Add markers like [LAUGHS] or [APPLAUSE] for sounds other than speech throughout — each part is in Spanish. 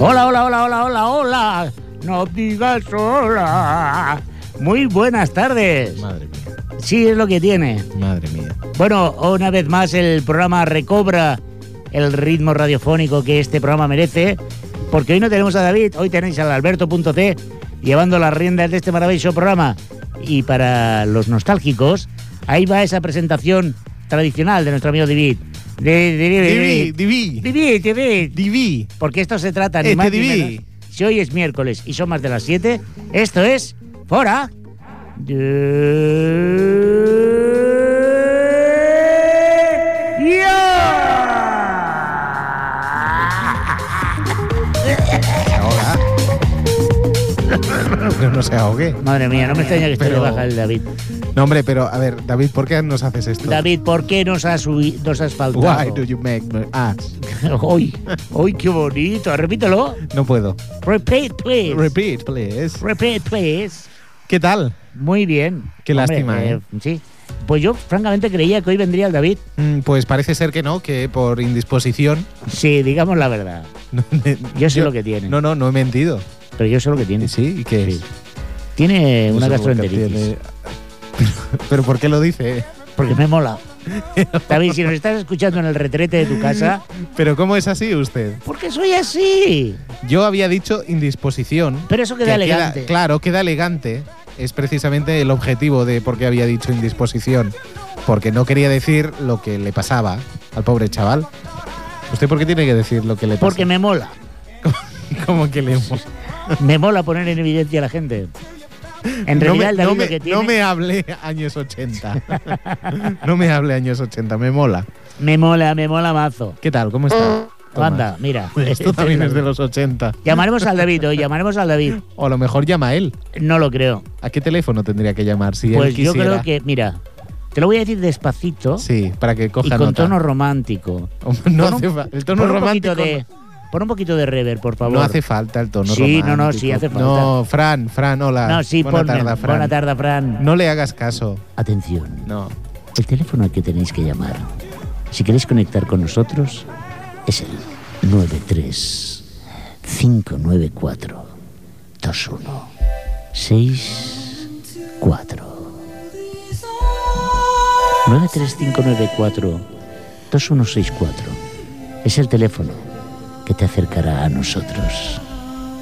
Hola, hola, hola, hola, hola, hola. No digas hola. Muy buenas tardes. Madre mía, Sí, es lo que tiene. madre mía. Bueno, una vez más el programa recobra el ritmo radiofónico que este programa merece, porque hoy no tenemos a David, hoy tenéis al alberto.c llevando las riendas de este maravilloso programa. Y para los nostálgicos, ahí va esa presentación tradicional de nuestro amigo David. De- de- de- Divi, de- Divi, David, David. Divi. Porque esto se trata ni Este más ni diví. menos. Si hoy es miércoles y son más de las 7, esto es Fora de Hierro. Se ahoga. Pero no se ahogue. Madre mía, no me extraña que esté de Pero- baja el David. No, hombre, pero a ver, David, ¿por qué nos haces esto? David, ¿por qué nos has, huí- nos has Why faltado? do you make Ah, me ask? [LAUGHS] hoy, hoy qué bonito. Repítelo. No puedo. Repeat, please. Repeat, please. Repeat, please. ¿Qué tal? Muy bien. Qué lástima, ¿eh? Sí. Pues yo, francamente, creía que hoy vendría el David. Mm, Pues parece ser que no, que por indisposición. [LAUGHS] Sí, digamos la verdad. no me- Yo sé lo que tiene. No, no, no he mentido. Pero yo sé lo que ¿Y tiene. sí? ¿Y qué Sí. es? Tiene No una sé por qué gastroenteritis. tiene- [LAUGHS] Pero ¿por qué lo dice? Porque me [LAUGHS] mola. David, si nos estás escuchando en el retrete de tu casa, ¿Pero cómo es así usted? ¿por qué soy así? Yo había dicho indisposición. Pero eso queda que elegante. claro, queda elegante. Es precisamente el objetivo de por qué había dicho indisposición. Porque no quería decir lo que le pasaba al pobre chaval. ¿Usted por qué tiene que decir lo que le pasa? Porque me mola. [LAUGHS] Como que le... Me mola poner en evidencia a la gente. En no me, realidad, el David no lo me- que tiene. no me hable años 80. [LAUGHS] no me hable años 80, me mola. me mola, me mola mazo. ¿Qué tal? ¿Cómo está? Tomás? Oh, Anda, mira. [LAUGHS] este [LAUGHS] Esto también es de los 80. Llamaremos al David hoy, llamaremos al David. O a lo mejor llama a él. No lo creo. ¿A qué teléfono tendría que llamar si él Pues yo quisiera? creo que, mira, te lo voy a decir despacito Sí, para que y coja con nota. tono romántico. Hombre, no Pon un- hace fa- el tono pon un romántico poquito de, pon un poquito de rever, por no, favor. no hace falta el tono Sí, romántico. no, no, sí hace falta. No, Fran, Fran, hola. No, sí, buena ponme. tarde, Fran. Buena tarde, Fran. No le hagas caso. Atención, No. el teléfono al que tenéis que llamar, si queréis conectar con nosotros, es el 93 594 21 64. 93594 2164 es el teléfono que te acercará a nosotros.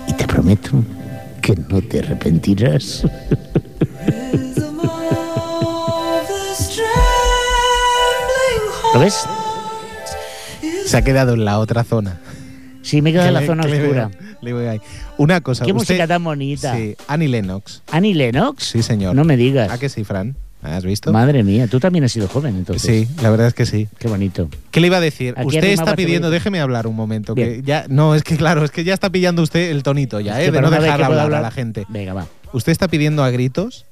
Y te prometo que no te arrepentirás. ¿Lo ves? Se ha quedado en la otra zona. Sí, me he quedado en la ¿Qué le- zona qué le veo? oscura. Le veo ahí. Una cosa. Qué usted- música tan bonita. Sí, Annie Lennox. Annie Lennox. Sí, señor. No me digas. ¿A que sí, Fran? ¿Has visto? Madre mía, tú también has sido joven entonces. Sí, la verdad es que sí. Qué bonito. ¿Qué le iba a decir? Aquí usted arrimaba está este pidiendo, bonito. déjeme hablar un momento. Que Bien. ya, no, es que claro, es que ya está pillando usted el tonito ya, Es que ¿eh? De para no una vez dejar que puedo hablar, a hablar- la gente. Venga, va. ¿Usted está pidiendo a gritos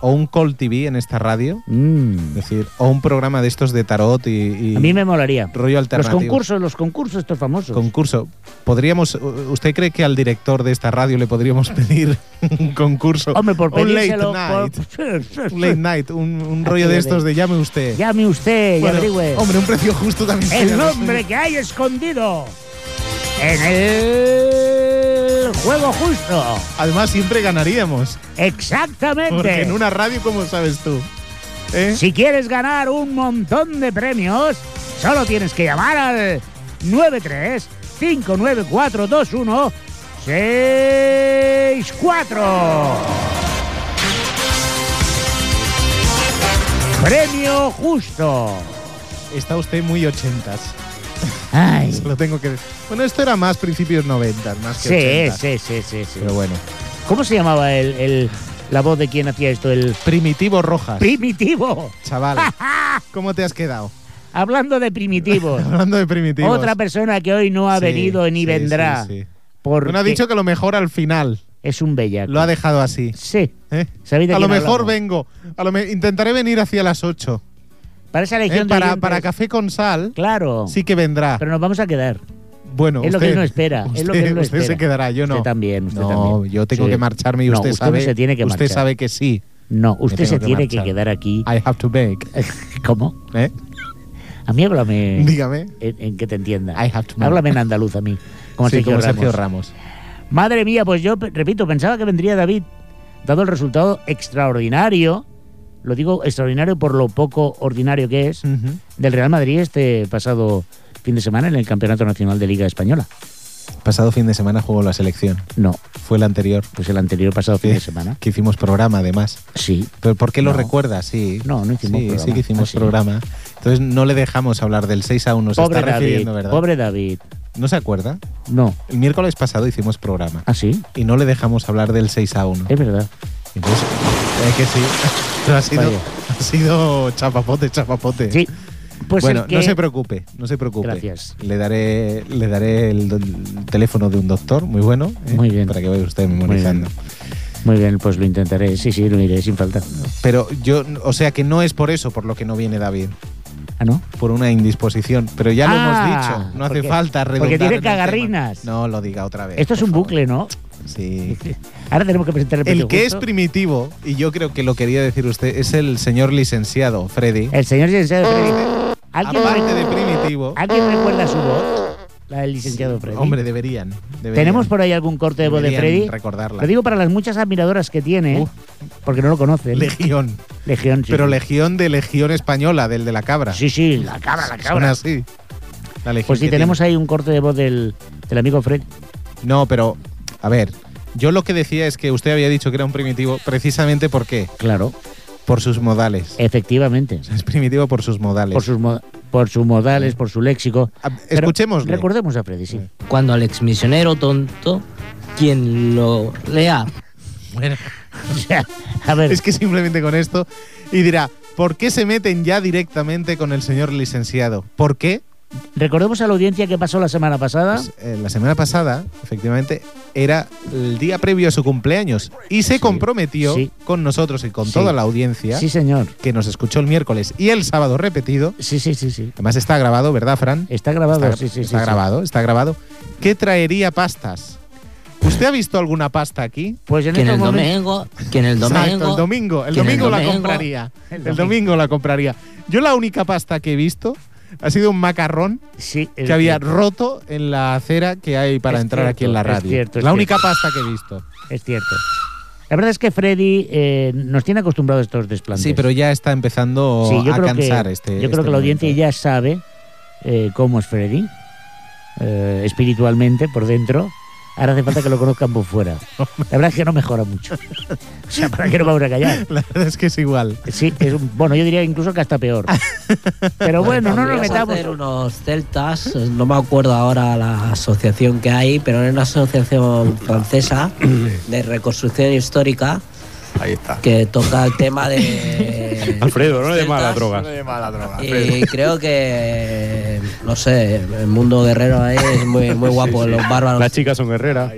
o un call TV en esta radio? Es Mm. decir, o un programa de estos de tarot y, y A mí me molaría. rollo Los alternativo. concursos, los concursos estos famosos. Concurso. Podríamos, u- ¿Usted cree que al director de esta radio le podríamos [LAUGHS] pedir un concurso? Hombre, por un late pedírselo... night. por- Un late night, un, un [LAUGHS] Así rollo de de estos de llame usted. Llame usted y Bueno, averigüe. hombre, un precio justo también. eh, el sería nombre que hay escondido en el juego justo. Además, siempre ganaríamos. Porque Exactamente. en una radio, ¿cómo sabes tú? ¿Eh? Si quieres ganar un montón de premios, solo tienes que llamar al 93 594 21 64. Premio justo. Está usted muy ochentas. Ay. Lo tengo que decir. Bueno, esto era más principios 90, más que Sí, 80. sí, sí, sí, sí. Pero bueno. ¿Cómo se llamaba el, el- la voz de quien hacía esto? El Primitivo Rojas. primitivo. [LAUGHS] Chaval, ¿cómo te has quedado? [LAUGHS] hablando de primitivos. Hablando de primitivos. Otra persona que hoy no ha Sí, venido ni sí, vendrá. sí, sí. Porque Bueno, ha dicho que lo mejor al final. es un bellaco. Lo ha dejado así. Sí. ¿eh? ¿Sabéis de A lo quién mejor hablamos? vengo. A lo me- Intentaré venir hacia las 8. Para esa ¿eh? legión de Para, oyentes- para café con sal Claro. sí que vendrá. Pero nos vamos a quedar. Bueno, es lo que usted- él no espera, es lo que él no usted espera. se quedará, yo no. Usted también, usted no, también. yo tengo Sí. que marcharme y No, usted, usted no sabe. se tiene que usted marchar. sabe que sí. No, usted tengo se que tiene que marchar. quedar aquí. I have to bake. [LAUGHS] ¿Cómo? ¿eh? A mí háblame en, Dígame. en que te entienda. I have to march. Háblame en andaluz a mí, como, sí, Sergio como Ramos. Sergio Ramos. Madre mía, pues yo, pe- repito, pensaba que vendría David, dado el resultado extraordinario, lo digo extraordinario por lo poco ordinario que es, Ujú. del Real Madrid este pasado fin de semana en el Campeonato Nacional de Liga Española. Pasado fin de semana jugó la selección. No, Fue el anterior. pues el anterior pasado fin que- de semana. Que hicimos programa, además. Sí, ¿Pero por qué lo No. recuerdas? Sí. No, no hicimos sí, programa. Sí que hicimos Ah, sí. programa. Entonces no le dejamos hablar del 6 a 1. Pues Se pobre está David, refiriendo, ¿verdad? pobre David. ¿No se acuerda? No, El miércoles pasado hicimos programa. así, Y no le dejamos hablar del 6 a 1. es verdad. Entonces, es que sí. [LAUGHS] Pero ha sido, Vaya. ha sido chapapote, chapapote. Sí, pues bueno, el que... no se preocupe, no se preocupe. Gracias. Le daré, le daré el, do- el teléfono de un doctor, muy bueno, ¿eh? Muy bien. para que vaya usted memorizando. Muy bien, pues lo intentaré. Sí, sí, lo iré sin falta. Pero yo, o sea que no es por eso por lo que no viene David, Ah, ¿no? por una indisposición. Pero ya lo Ah, hemos dicho, no hace porque- falta redundar. porque tiene en el tema. cagarrinas. No lo diga otra vez. Esto es por un favor. bucle, ¿no? Sí. Ahora tenemos que presentar el El precio que es justo. primitivo, y yo creo que lo quería decir usted, es el señor licenciado Freddy. El señor licenciado Freddy. Eh, ¿Alguien, Oh, Aparte re- de primitivo. alguien recuerda su voz? La del licenciado Freddy. Hombre, deberían. deberían. ¿Tenemos por ahí algún corte de voz de Deberían Freddy? recordarla. Lo digo para las muchas admiradoras que tiene, Uf. porque no lo conocen. Legión. Legión, sí. Pero sí. Legión de Legión Española, del de la cabra. Sí, sí, la cabra, la Suena cabra. así. La legión Pues sí, que tenemos ahí un corte de voz del, del amigo Fred. tiene. No, pero, a ver, yo lo que decía es que usted había dicho que era un primitivo precisamente por qué. Claro, Por sus modales. efectivamente. Es primitivo por sus modales. Eh. Por sus, mo- por sus modales, por su léxico. Ah, Pero Escuchémosle. Recordemos a Freddy, sí. cuando al exmisionero tonto, quien lo lea [LAUGHS] O sea, a ver, Es que simplemente con esto. Y dirá, ¿por qué se meten ya directamente con el señor licenciado? ¿Por qué? recordemos a la audiencia que pasó la semana pasada. Pues, eh, la semana pasada, efectivamente, era el día previo a su cumpleaños y se Sí. comprometió Sí. con nosotros y con Sí. toda la audiencia Sí, señor. que nos escuchó el miércoles y el sábado repetido. Sí, sí, sí, sí. Además está grabado, ¿verdad, Fran? Está grabado, está sí, sí, está sí, sí. grabado, está grabado. ¿Qué traería pastas? ¿Usted ha visto alguna pasta aquí? Pues en que en estos el momentos- domingo, que en el Exacto, el domingo, domingo, el que en el domingo la domingo- compraría. El El domingo. domingo. la compraría. Yo la única pasta que he visto ha sido un macarrón Sí, es que había cierto, roto en la acera que hay para Es entrar aquí en la cierto, es radio. cierto, es la única pasta que he visto. Es cierto. La verdad es que Freddy eh, nos tiene acostumbrados a estos desplantes. Sí, pero ya está empezando Sí, yo a creo cansar que, este. Yo creo este que la audiencia momento. ya sabe eh, cómo es Freddy, eh, espiritualmente, por dentro. Ahora hace falta que lo conozcan por fuera. La verdad es que no mejora mucho. O sea, ¿para qué nos vamos a callar? [LAUGHS] La verdad es que es igual. Sí, es un- bueno, yo diría incluso que hasta peor. Pero bueno, no nos Podríamos metamos. hacer unos celtas, no me acuerdo ahora la asociación que hay, pero era una asociación francesa de reconstrucción histórica Ahí está. que toca el tema de. [LAUGHS] Alfredo, no le celtas, llamas a la droga. Y creo que, no sé, el mundo guerrero ahí es muy, muy guapo, los bárbaros. Las chicas son guerreras.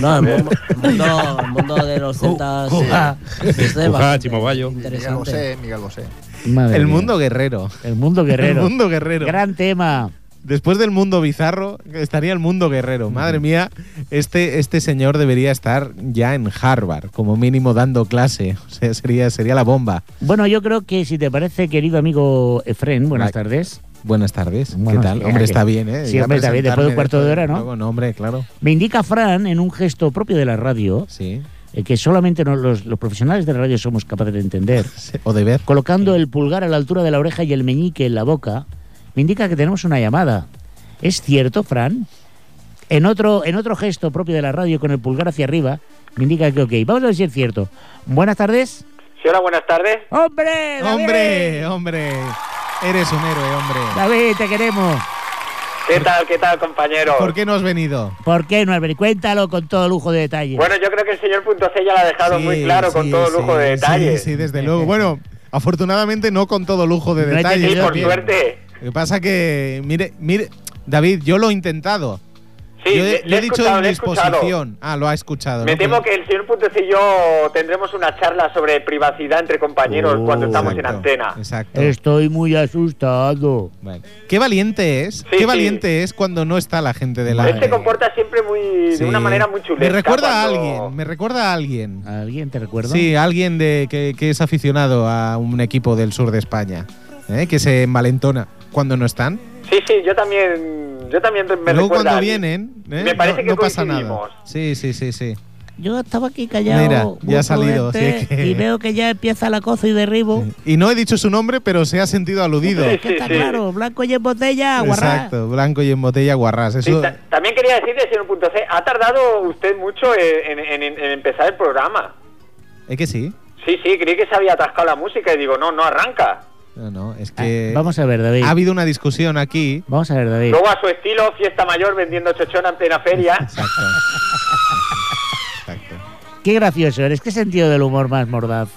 No, el mundo, el mundo, el mundo de los celtas. Cuja. eh, es de Cuja, bastante Chimobayo. Miguel Interesante. Bosé, Miguel Bosé. Madre El mía. mundo guerrero. El mundo guerrero. [LAUGHS] El mundo guerrero. Gran tema. Después del mundo bizarro estaría el mundo guerrero. Madre mía, este, este señor debería estar ya en Harvard, como mínimo dando clase. O sea, sería, sería la bomba. Bueno, yo creo que si te parece, querido amigo Efren, buenas Vale. tardes. Buenas tardes. Bueno, ¿Qué tal? sí, hombre, sí. está bien, ¿eh? Sí, Ya hombre, está bien, después de un presentarme cuarto de hora, ¿no? Bueno, hombre, claro. Me indica Fran, en un gesto propio de la radio, Sí. eh, que solamente nos- los, los profesionales de la radio somos capaces de entender, Sí, O deber. colocando el pulgar a la altura de la oreja y el meñique en la boca, me indica que tenemos una llamada. ¿Es cierto, Fran? En otro, en otro gesto propio de la radio, con el pulgar hacia arriba, me indica que ok. Vamos a ver si es cierto. Buenas tardes. Sí, hola, buenas tardes. Eh, ¡Hombre! David! Hombre, hombre. Eres un héroe, hombre. David, te queremos. ¿Qué tal, qué tal, compañeros? ¿Por qué no has venido? ¿Por qué no, Albert? Cuéntalo con todo lujo de detalle. Bueno, yo creo que el señor Punto C ya lo ha dejado Sí, muy claro con sí, todo lujo sí, de sí, detalles. Sí, desde luego. Bueno, Afortunadamente no con todo lujo de No he detalles. tenido- Sí, yo por también. suerte. Lo que pasa que, mire, mire, David, yo lo he intentado. Sí, yo le- he, le yo he he dicho escuchado, le he escuchado. indisposición. Ah, lo ha escuchado. Me ¿no? temo Pues- que el señor Puntecillo tendremos una charla sobre privacidad entre compañeros Oh, cuando estamos en Exacto, antena. Exacto. Estoy muy asustado. Vale. Qué valiente es, qué sí. valiente es cuando no está la gente de la. Él se comporta siempre muy Sí. de una manera muy chuleta. Me recuerda a cuando- alguien, me recuerda a alguien. ¿Alguien te recuerda? Sí, alguien de, que, que es aficionado a un equipo del sur de España, ¿eh? que se envalentona cuando no están. Sí, sí, yo también, yo también me Luego recuerda cuando a alguien. vienen, ¿eh? Me parece no, que no pasa nada. coincidimos. Sí, sí, sí, sí. Yo estaba aquí callado. Mira, muy ya ha salido, prudente, así que- Y veo que ya empieza la cosa y derribo. Y no he dicho su nombre, pero se ha sentido aludido. [LAUGHS] Sí, Que está claro, blanco y en botella, guarrá. Exacto, blanco y en botella guarrás. Sí, Eso, ta- también quería decirle, señor Punto C, ha tardado usted mucho en, en- en- en empezar el programa. ¿Es que sí? Sí, sí, creí que se había atascado la música y digo, no, no arranca. No, no, es Ah, que Vamos a ver, David. ha habido una discusión aquí. Vamos a ver, David. Luego a su estilo, fiesta mayor vendiendo chochona en plena feria. Exacto. Exacto. Qué gracioso eres, qué sentido del humor más [LAUGHS] mordaz.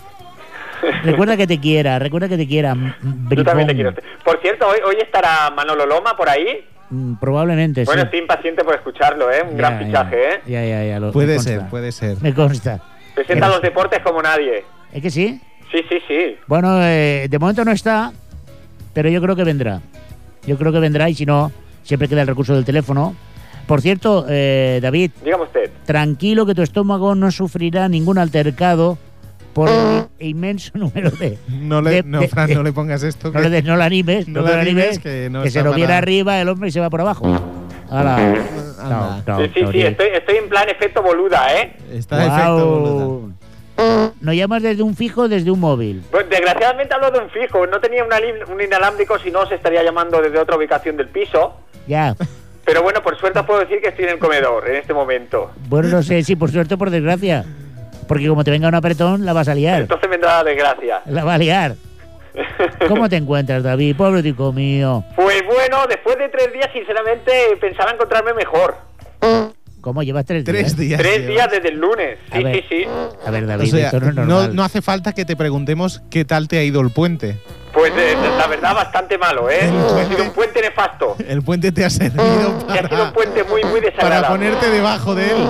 recuerda que te quiera, recuerda que te quiera. m- Yo también te quiero. bribón. Por cierto, hoy, hoy estará Manolo Loma por ahí. Mm, Probablemente Bueno, sí. estoy impaciente por escucharlo, ¿eh? Un Ya, gran fichaje, ya, ¿eh? Ya, ya, ya. lo- me Puede consta. ser, puede ser. Me consta. Presenta los deportes como nadie. ¿Es que sí? Sí, sí, sí. Bueno, eh, de momento no está, pero yo creo que vendrá. Yo creo que vendrá y si no, siempre queda el recurso del teléfono. Por cierto, eh, David, Dígame usted. tranquilo que tu estómago no sufrirá ningún altercado por Ah. el inmenso número de... No le, de- no, de- Fran, de- no le pongas esto. No, le des- no lo animes, No no, lo te lo animes, animes, que que, no se está lo viene para- Ah, arriba el hombre y se va por abajo. Hala. Anda. No, no, sí, sí, no, sí, ni- estoy, estoy en plan efecto boluda, ¿eh? Está de efecto. boluda. Guau. Nos llamas desde un fijo o desde un móvil. Pues desgraciadamente hablo de un fijo. No tenía una lin- un inalámbrico, si no se estaría llamando desde otra ubicación del piso. Ya. Pero bueno, por suerte os puedo decir que estoy en el comedor en este momento. Bueno, no sé si por suerte o por desgracia. Porque como te venga un apretón, la vas a liar. Entonces vendrá la desgracia. La va a [LAUGHS] liar. ¿Cómo te encuentras, David? Pobre tico mío. Pues bueno, después de tres días, sinceramente, pensaba encontrarme mejor. ¿Cómo llevas tres, Tres días? días. Tres lleva. días desde el lunes. A Sí, ver. sí, sí. A ver, O David, sea, esto no es no, normal. no hace falta que te preguntemos qué tal te ha ido el puente. Pues eh, la verdad, bastante [LAUGHS] malo, ¿eh? Ha sido un puente nefasto. El puente te ha [LAUGHS] servido Que ha sido un para, puente muy, muy desagradable. [LAUGHS] para ponerte debajo de él.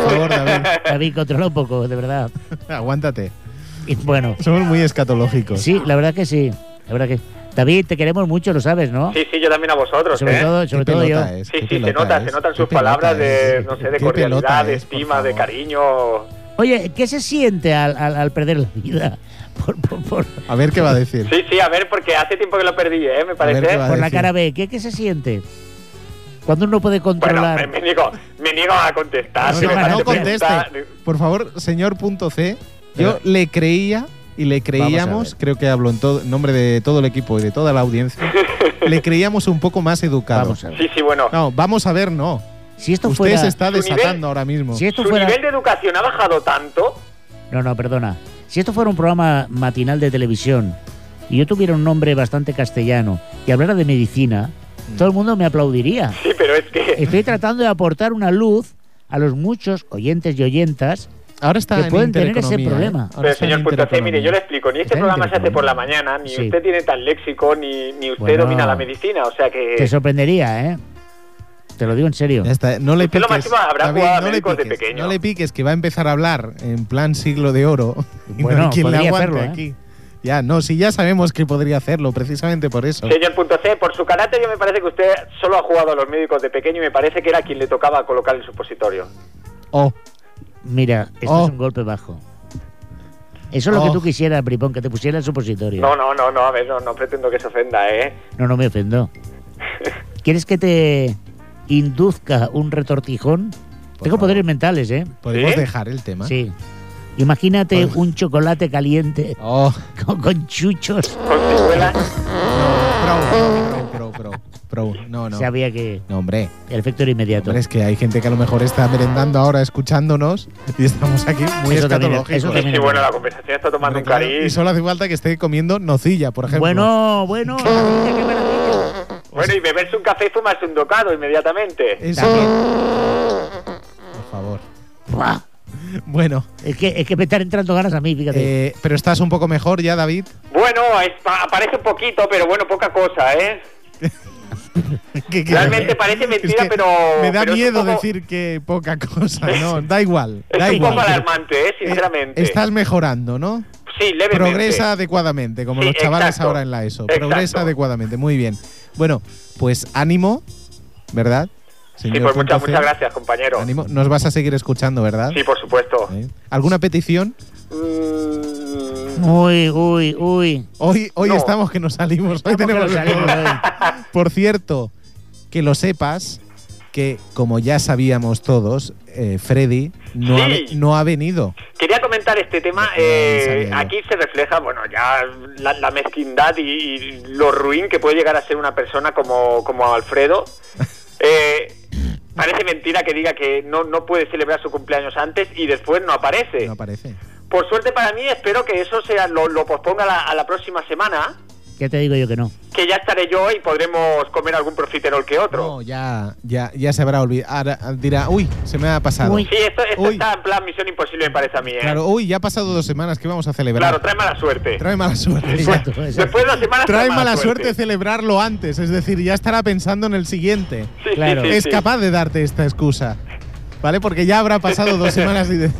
Por favor, [LAUGHS] David, [LAUGHS] David, controla un poco, de verdad. aguántate. Y bueno, Somos muy escatológicos. sí, la verdad que sí. La verdad que David, te queremos mucho, lo sabes, ¿no? Sí, sí, yo también a vosotros, sobre ¿eh? todo, sobre todo yo. Sí, sí, se nota, ¿eh? se notan sus palabras de, no sé, de cordialidad, de estima, de cariño. Oye, ¿qué se siente al, al- al perder la vida? [LAUGHS] Por, por- por- A ver qué va a decir. Sí, sí, a ver, porque hace tiempo que lo perdí, ¿eh? Me ver qué parece. va a por la decir. cara B, ¿qué, qué se siente? Cuando uno puede Bueno, me, controlar. me niego, me niego a contestar. No, si no, me no parece conteste. bien. Por favor, señor punto C, yo le creía y le Vamos creíamos, a ver. creo que hablo en todo, en nombre de todo el equipo y de toda la [LAUGHS] audiencia, le creíamos un poco más educado. Vamos a ver. Sí, sí, bueno. No, vamos a ver, no. Si esto Usted fuera. se está Su nivel- desatando ahora mismo. Si esto Su fuera. nivel de educación ha bajado tanto. No, no, perdona. Si esto fuera un programa matinal de televisión y yo tuviera un nombre bastante castellano y hablara de medicina, todo el mundo me aplaudiría. Sí, pero es que. Estoy tratando de aportar una luz a los muchos oyentes y oyentas. Ahora está que en pueden tener Intereconomía, ese ¿eh? problema. Ahora Pero está en señor Punto C, mire, yo le explico, ni este Está programa se hace intereconomía. por la mañana, ni Sí. usted tiene tal léxico, ni, ni usted Bueno. domina la medicina, o sea que... Te sorprendería, ¿eh? Te lo digo en serio. Ya está, no le Usted lo piques. máximo habrá jugado a no, le médicos de piques pequeño. no le piques, que va a empezar a hablar en plan siglo de oro. Y no Bueno, hay quien le podría aguante hacerlo, ¿eh? aquí. Ya, no, si ya sabemos que podría hacerlo, precisamente por eso. Señor Punto C, por su carácter yo me parece que usted solo ha jugado a los médicos de pequeño y me parece que era quien le tocaba colocar el supositorio. Oh, Mira, esto Oh. es un golpe bajo. Eso es lo Oh. que tú quisieras, Bripón, que te pusiera el supositorio. No, no, no, no, a ver, no, no pretendo que se ofenda, ¿eh? no, no me ofendo. ¿Quieres que te induzca un retortijón? Tengo favor. poderes mentales, ¿eh? ¿podemos ¿Sí? dejar el tema? Sí. Imagínate Bueno. un chocolate caliente [LAUGHS] Oh, con, con chuchos. Con ciruelas, pro, pro, pro, pro, pro, pro. No, no. Sabía que No, hombre. el efecto era inmediato. Hombre, es que hay gente que a lo mejor está merendando ahora escuchándonos y estamos aquí muy Eso también es- escatológicos. eso también pues sí, bueno, la conversación está tomando Hombre, un claro, cariz. y solo hace falta que esté comiendo nocilla, por ejemplo. bueno, bueno, maravilla, qué maravilla. Bueno, y beberse un café y fumarse Eh. un docado inmediatamente. Eso- También. Por favor. Buah. Bueno, Es que, es que me están entrando ganas a mí, fíjate. eh, pero estás un poco mejor ya, David. [LAUGHS] Bueno, es pa- aparece un poquito, pero bueno, poca cosa, ¿eh? ¿Qué quieres? Realmente parece mentira, Es que pero. Me da pero es un miedo poco- decir que poca cosa, ¿no? Da igual. Es da un igual. poco alarmante, ¿eh? Sinceramente. Eh, Estás mejorando, ¿no? Sí, levemente. Progresa adecuadamente, como Sí, los chavales exacto. ahora en la ESO. Exacto. Progresa adecuadamente, muy bien. Bueno, pues ánimo, ¿verdad? Sí, Señor pues muchas, punto C, muchas gracias, compañero. Ánimo. Nos vas a seguir escuchando, ¿verdad? Sí, por supuesto. ¿Eh? ¿Alguna petición? Mm, Uy, uy, uy. Hoy, hoy No. estamos que nos salimos. Hoy Vamos que tenemos nos salimos, eh. Por cierto, que lo sepas que, como ya sabíamos todos, eh, Freddy no, ha, Sí. no ha venido. Quería comentar este tema. No, eh, sabía yo. aquí se refleja, bueno, ya la, la mezquindad y, y lo ruin que puede llegar a ser una persona como, como [LAUGHS] Alfredo. Eh, parece mentira que diga que no, no puede celebrar su cumpleaños antes y después no aparece. No aparece. Por suerte para mí, espero que eso sea lo, lo posponga a la, a la próxima semana, Ya te digo yo que no. que ya estaré yo y podremos comer algún profiterol que otro. No, ya, ya, ya se habrá olvidado. Ahora dirá, uy, se me ha pasado. Uy. Sí, esto, esto Uy. está en plan misión imposible, me parece a mí. ¿eh? Claro, uy, ya ha pasado dos semanas, ¿qué vamos a celebrar? Claro, trae mala suerte. Trae mala suerte. Exacto, ya. exacto. Después de la semana Trae mala suerte celebrarlo antes, es decir, ya estará pensando en el siguiente. [LAUGHS] Sí, sí, Claro. sí, es sí. capaz de darte esta excusa. ¿Vale? Porque ya habrá pasado [LAUGHS] dos semanas y de...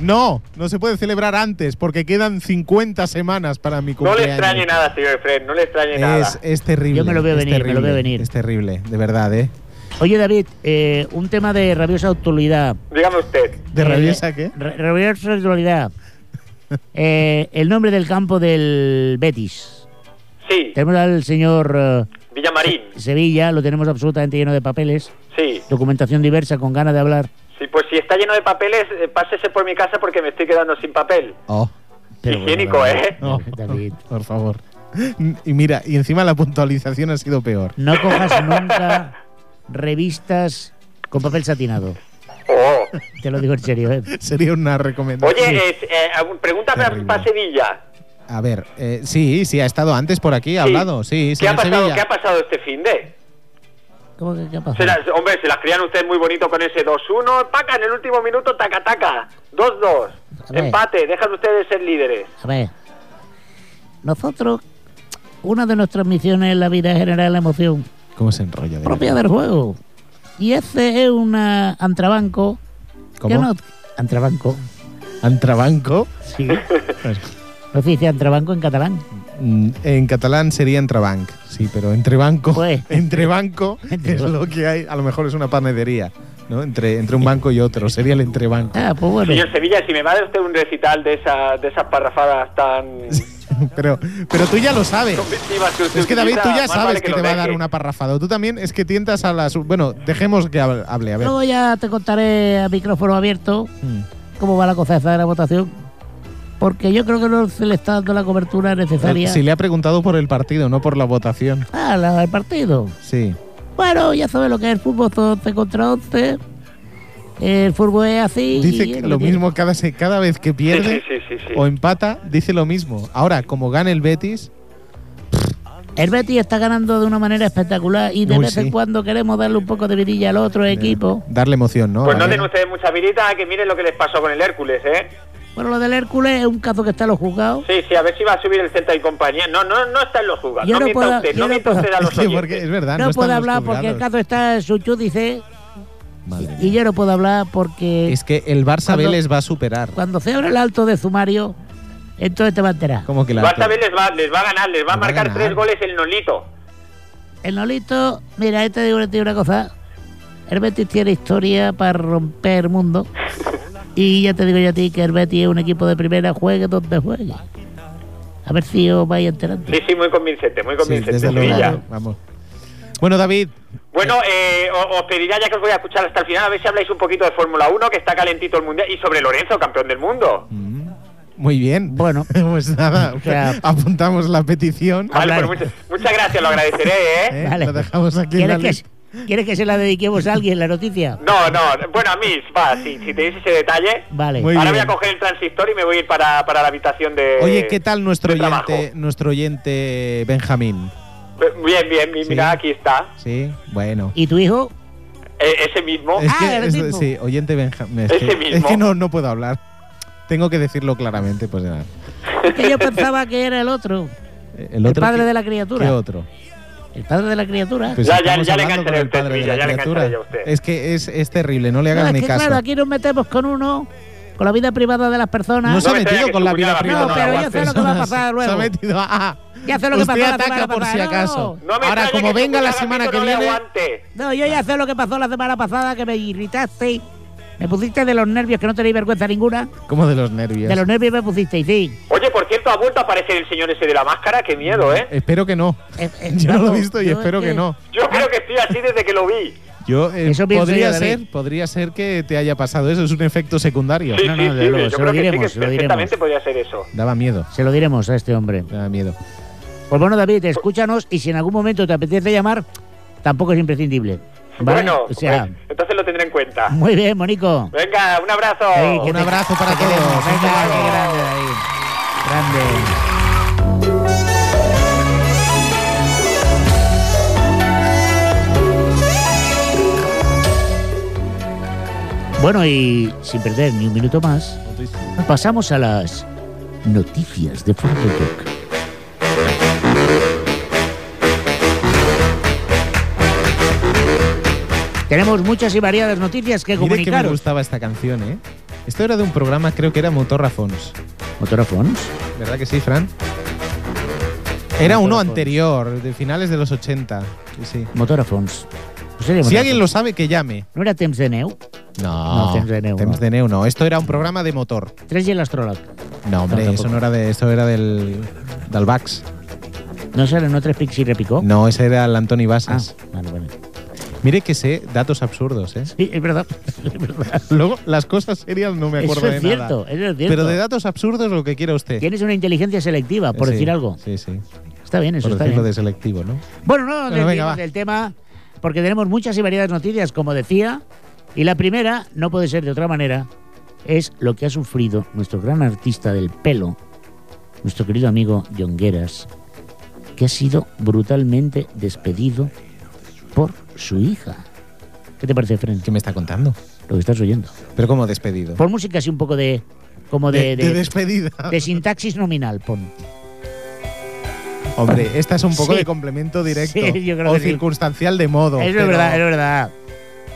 No, no se puede celebrar antes porque quedan 50 semanas para mi No cumpleaños. le extrañe nada, señor Fred, no le extrañe Es, eh, nada. es terrible. Yo me lo veo es venir, me lo terrible, veo venir. Es terrible, de verdad, ¿eh? Oye, David, eh, un tema de rabiosa actualidad. Dígame usted. ¿De Eh, rabiosa qué? ra- rabiosa [LAUGHS] actualidad. Eh, el nombre del campo del Betis. Sí, Tenemos al señor eh, Villamarín. Sevilla, lo tenemos absolutamente lleno de papeles, Sí, documentación diversa, con ganas de hablar. sí, pues si está lleno de papeles, eh, pásese por mi casa porque me estoy quedando sin papel. Oh, Pero bueno, Higiénico, David, ¿eh? no, David, Oh, [LAUGHS] por favor. Y mira, y encima la puntualización ha sido peor. no [LAUGHS] cojas nunca revistas con papel satinado. [LAUGHS] Oh. Te lo digo en serio, ¿eh? Sería una recomendación. [LAUGHS] Oye, es, eh, algún- pregúntame Terrible. para Sevilla. A ver, eh, sí, sí, ha estado antes por aquí, ha hablado, sí, ¿Qué ha, señor pasado, Sevilla. ¿Qué ha pasado este fin de? ¿Cómo que qué ha Se pasado? las- hombre, se las crían ustedes muy bonito con ese 2-1. Paca, en el último minuto, taca, taca. 2-2. A ver. Empate, dejan ustedes ser líderes. A ver, nosotros, una de nuestras misiones en la vida es generar la emoción ¿Cómo se enrolla? de propia verdad? del juego. Y este es una antrabanco. ¿Cómo? que no- antrabanco. ¿Antrabanco? [LAUGHS] Sí. Pues- No se dice antrabanco en catalán. Mm, En catalán sería entrebanc, sí, pero entre banco, Pues. [LAUGHS] entre banco [LAUGHS] Entre es banco. lo que hay. A lo mejor es una panadería, ¿no? Entre, entre un banco y otro, sería el entrebanco. Ah, pues bueno. Señor Sevilla, si me va a dar usted un recital de, esa, de esas parrafadas tan [LAUGHS] Pero, pero tú ya lo sabes. convictivas que usted Es que David, utiliza, tú ya más sabes vale que, lo te va a deje. dar una parrafada. Tú también es que tientas a las. Bueno, dejemos que hable, hable, a ver. Luego ya te contaré a micrófono abierto Mm. cómo va la cosa esa de la votación. Porque yo creo que no se le está dando la cobertura necesaria Si le ha preguntado por el partido, no por la votación. a la- al partido. Sí. Bueno, ya sabes lo que es el fútbol, son 11 contra 11. El fútbol es así. Dice y que es lo tiene. mismo cada, se- cada vez que Sí, pierde sí, sí, sí, sí. o empata, dice lo mismo. Ahora, como gana el Betis, El Betis está ganando de una manera espectacular y de Uy, vez en sí. cuando queremos darle un poco de vidilla al otro equipo. darle emoción, ¿no? Pues no Vale. den ustedes mucha virita, que miren lo que les pasó con el Hércules, ¿eh? Bueno, lo del Hércules es un caso que está en los juzgados. Sí, sí, a ver si va a subir el Celta y compañía. No, no, no está en los jugadores. Yo no no mienta puedo- usted, yo no no mienta puedo- usted a [LAUGHS] los Sí, porque oyentes. es verdad, Ah, no, no están puedo los hablar porque el juzgados. caso está en su judice Madre y mía. yo no puedo hablar porque Es que el Barça Cuando- Vélez va a superar. cuando se abre el alto de sumario, entonces te va a enterar. Como que la Barça B les va, les va a ganar, les Les va va a a marcar ganar. tres goles el Nolito. El Nolito, mira, este digo, te digo una cosa. El Betis tiene historia para romper el mundo. Y ya te digo yo a ti que el Betis es un equipo de primera, juegue donde juegue. A ver si os vais enterando. Sí, sí, muy convincente, muy Sí, convincente. desde luego. Sevilla. Vamos. Bueno, David, Bueno, eh, o- os pediría ya que os voy a escuchar hasta el final, a ver si habláis un poquito de Fórmula 1, que está calentito el mundial, y sobre Lorenzo, campeón del mundo. mm, muy bien. [LAUGHS] Bueno, [LAUGHS] Pues nada, O sea- apuntamos la petición. Vale, Hablar. pues muchas, muchas gracias, lo agradeceré, ¿eh? [LAUGHS] ¿eh? vale. La dejamos aquí en la ¿quieres lista. que, ¿quieres que se la dediquemos a alguien la noticia? No, no, bueno, a mí, va, si, si tenéis ese detalle. Vale. Muy Ahora bien. voy a coger el transistor y me voy a ir para, para la habitación de. Oye, ¿qué tal nuestro de trabajo. oyente, nuestro oyente Benjamín? Bien, bien, mi- Sí. mira, aquí está. Sí, bueno. ¿Y tu hijo? E- ese mismo. Es Ah, que, el es- tipo. sí, oyente Benjamín. Es, Ese que, mismo. es que no, no puedo hablar. Tengo que decirlo claramente, pues nada. Que yo pensaba que era el otro, [LAUGHS] El, el otro padre que- de la ¿Qué criatura. otro? El padre de la criatura. Pues Ya, estamos ya, ya le hablando engancharé con el usted, padre de Sevilla, la ya le criatura. engancharé yo a usted. Es que es, es terrible, no le Claro, hagan es que, ni caso. claro, aquí nos metemos con uno, con la vida privada de las personas. No se ha me diga metido que con su la cuñada vida privada privada. no de pero yo sé las lo que va a personas. pasar luego. [LAUGHS] Se ha metido. Ah, Ya sé lo que usted pasó la ataca semana por pasada. si No, acaso. No me Ahora, extraña como que su venga la cuñada semana Pico que no le viene, aguante. No, yo ya sé lo que pasó la semana pasada, que me irritaste. Me pusiste de los nervios, que no tenéis vergüenza ninguna. como de los nervios. De los nervios me pusiste, y sí. Oye, por cierto, ha vuelto a aparecer el señor ese de la máscara. Qué Mm. miedo, ¿eh? Espero que no. Eh, eh, [LAUGHS] Yo no lo vamos, he visto y yo es espero que no. Yo creo que estoy así desde que lo vi. Yo eh, Eso pienso podría yo, David. ser, podría ser que te haya pasado eso, es un efecto secundario. Sí, No, no, sí, desde sí. luego, yo se creo lo que diremos, sí, se que lo perfectamente podría ser eso. Daba miedo, Se lo diremos a este hombre. daba miedo. Pues bueno, David, escúchanos y si en algún momento te apetece llamar, tampoco es imprescindible. ¿vale? Bueno, o sea, pues, entonces lo tendré en cuenta. muy bien, Monico. Venga, un abrazo. Ey, que Un te- abrazo para te queremos. todos. Venga, Un abrazo. qué grande, David. Grande. Bueno, y sin perder ni un minuto más, pasamos a las noticias de Fútbol Talk. Tenemos muchas y variadas noticias que Mire que me comunicaros. gustaba esta canción, ¿eh? Esto era de un programa, creo que era Motorrafons. Motorofons. ¿Verdad que sí, Fran? Era uno Motorrafons. anterior, de finales de los 80. Sí, sí. Motorofons. Pues sería Si alguien Motorofons. lo sabe, que llame. ¿No era Temps de Neu? No, Temps de Neu, Temps no. de Neu, no. Esto era un programa de motor. Tres y el Astrolab. No, hombre, No, tampoco. eso no era de. Esto era del. Del Vax. ¿No salen otras Pixi Repicó? No, ese era el Antoni Ah, Basas. vale, vale. Ah. Mire que sé datos absurdos, [LAUGHS] ¿eh? Sí, es verdad. Es verdad. Luego, las cosas serias no me acuerdo Eso es de nada. cierto, eso es cierto. Pero de datos absurdos lo que quiera usted. Tienes una inteligencia selectiva, Ah, por Sí, decir algo. Sí, sí. Está bien, eso Por está decirlo bien. de selectivo, ¿no? Bueno, no, Bueno, venga, desviemos va. del tema, porque tenemos muchas y variadas noticias, como decía. Y la primera, no puede ser de otra manera, es lo que ha sufrido nuestro gran artista del pelo, nuestro querido amigo Jongueras, que ha sido brutalmente despedido por su hija. ¿Qué te parece, Fren? ¿Qué me está contando? Lo que estás oyendo. Pero como despedido. Por música así un poco de... Como de... de de, despedida. de sintaxis nominal, pon. [LAUGHS] Hombre, esta es un poco Sí. de complemento directo. Sí, yo creo o que sí. circunstancial de modo. eso es pero verdad, eso es verdad.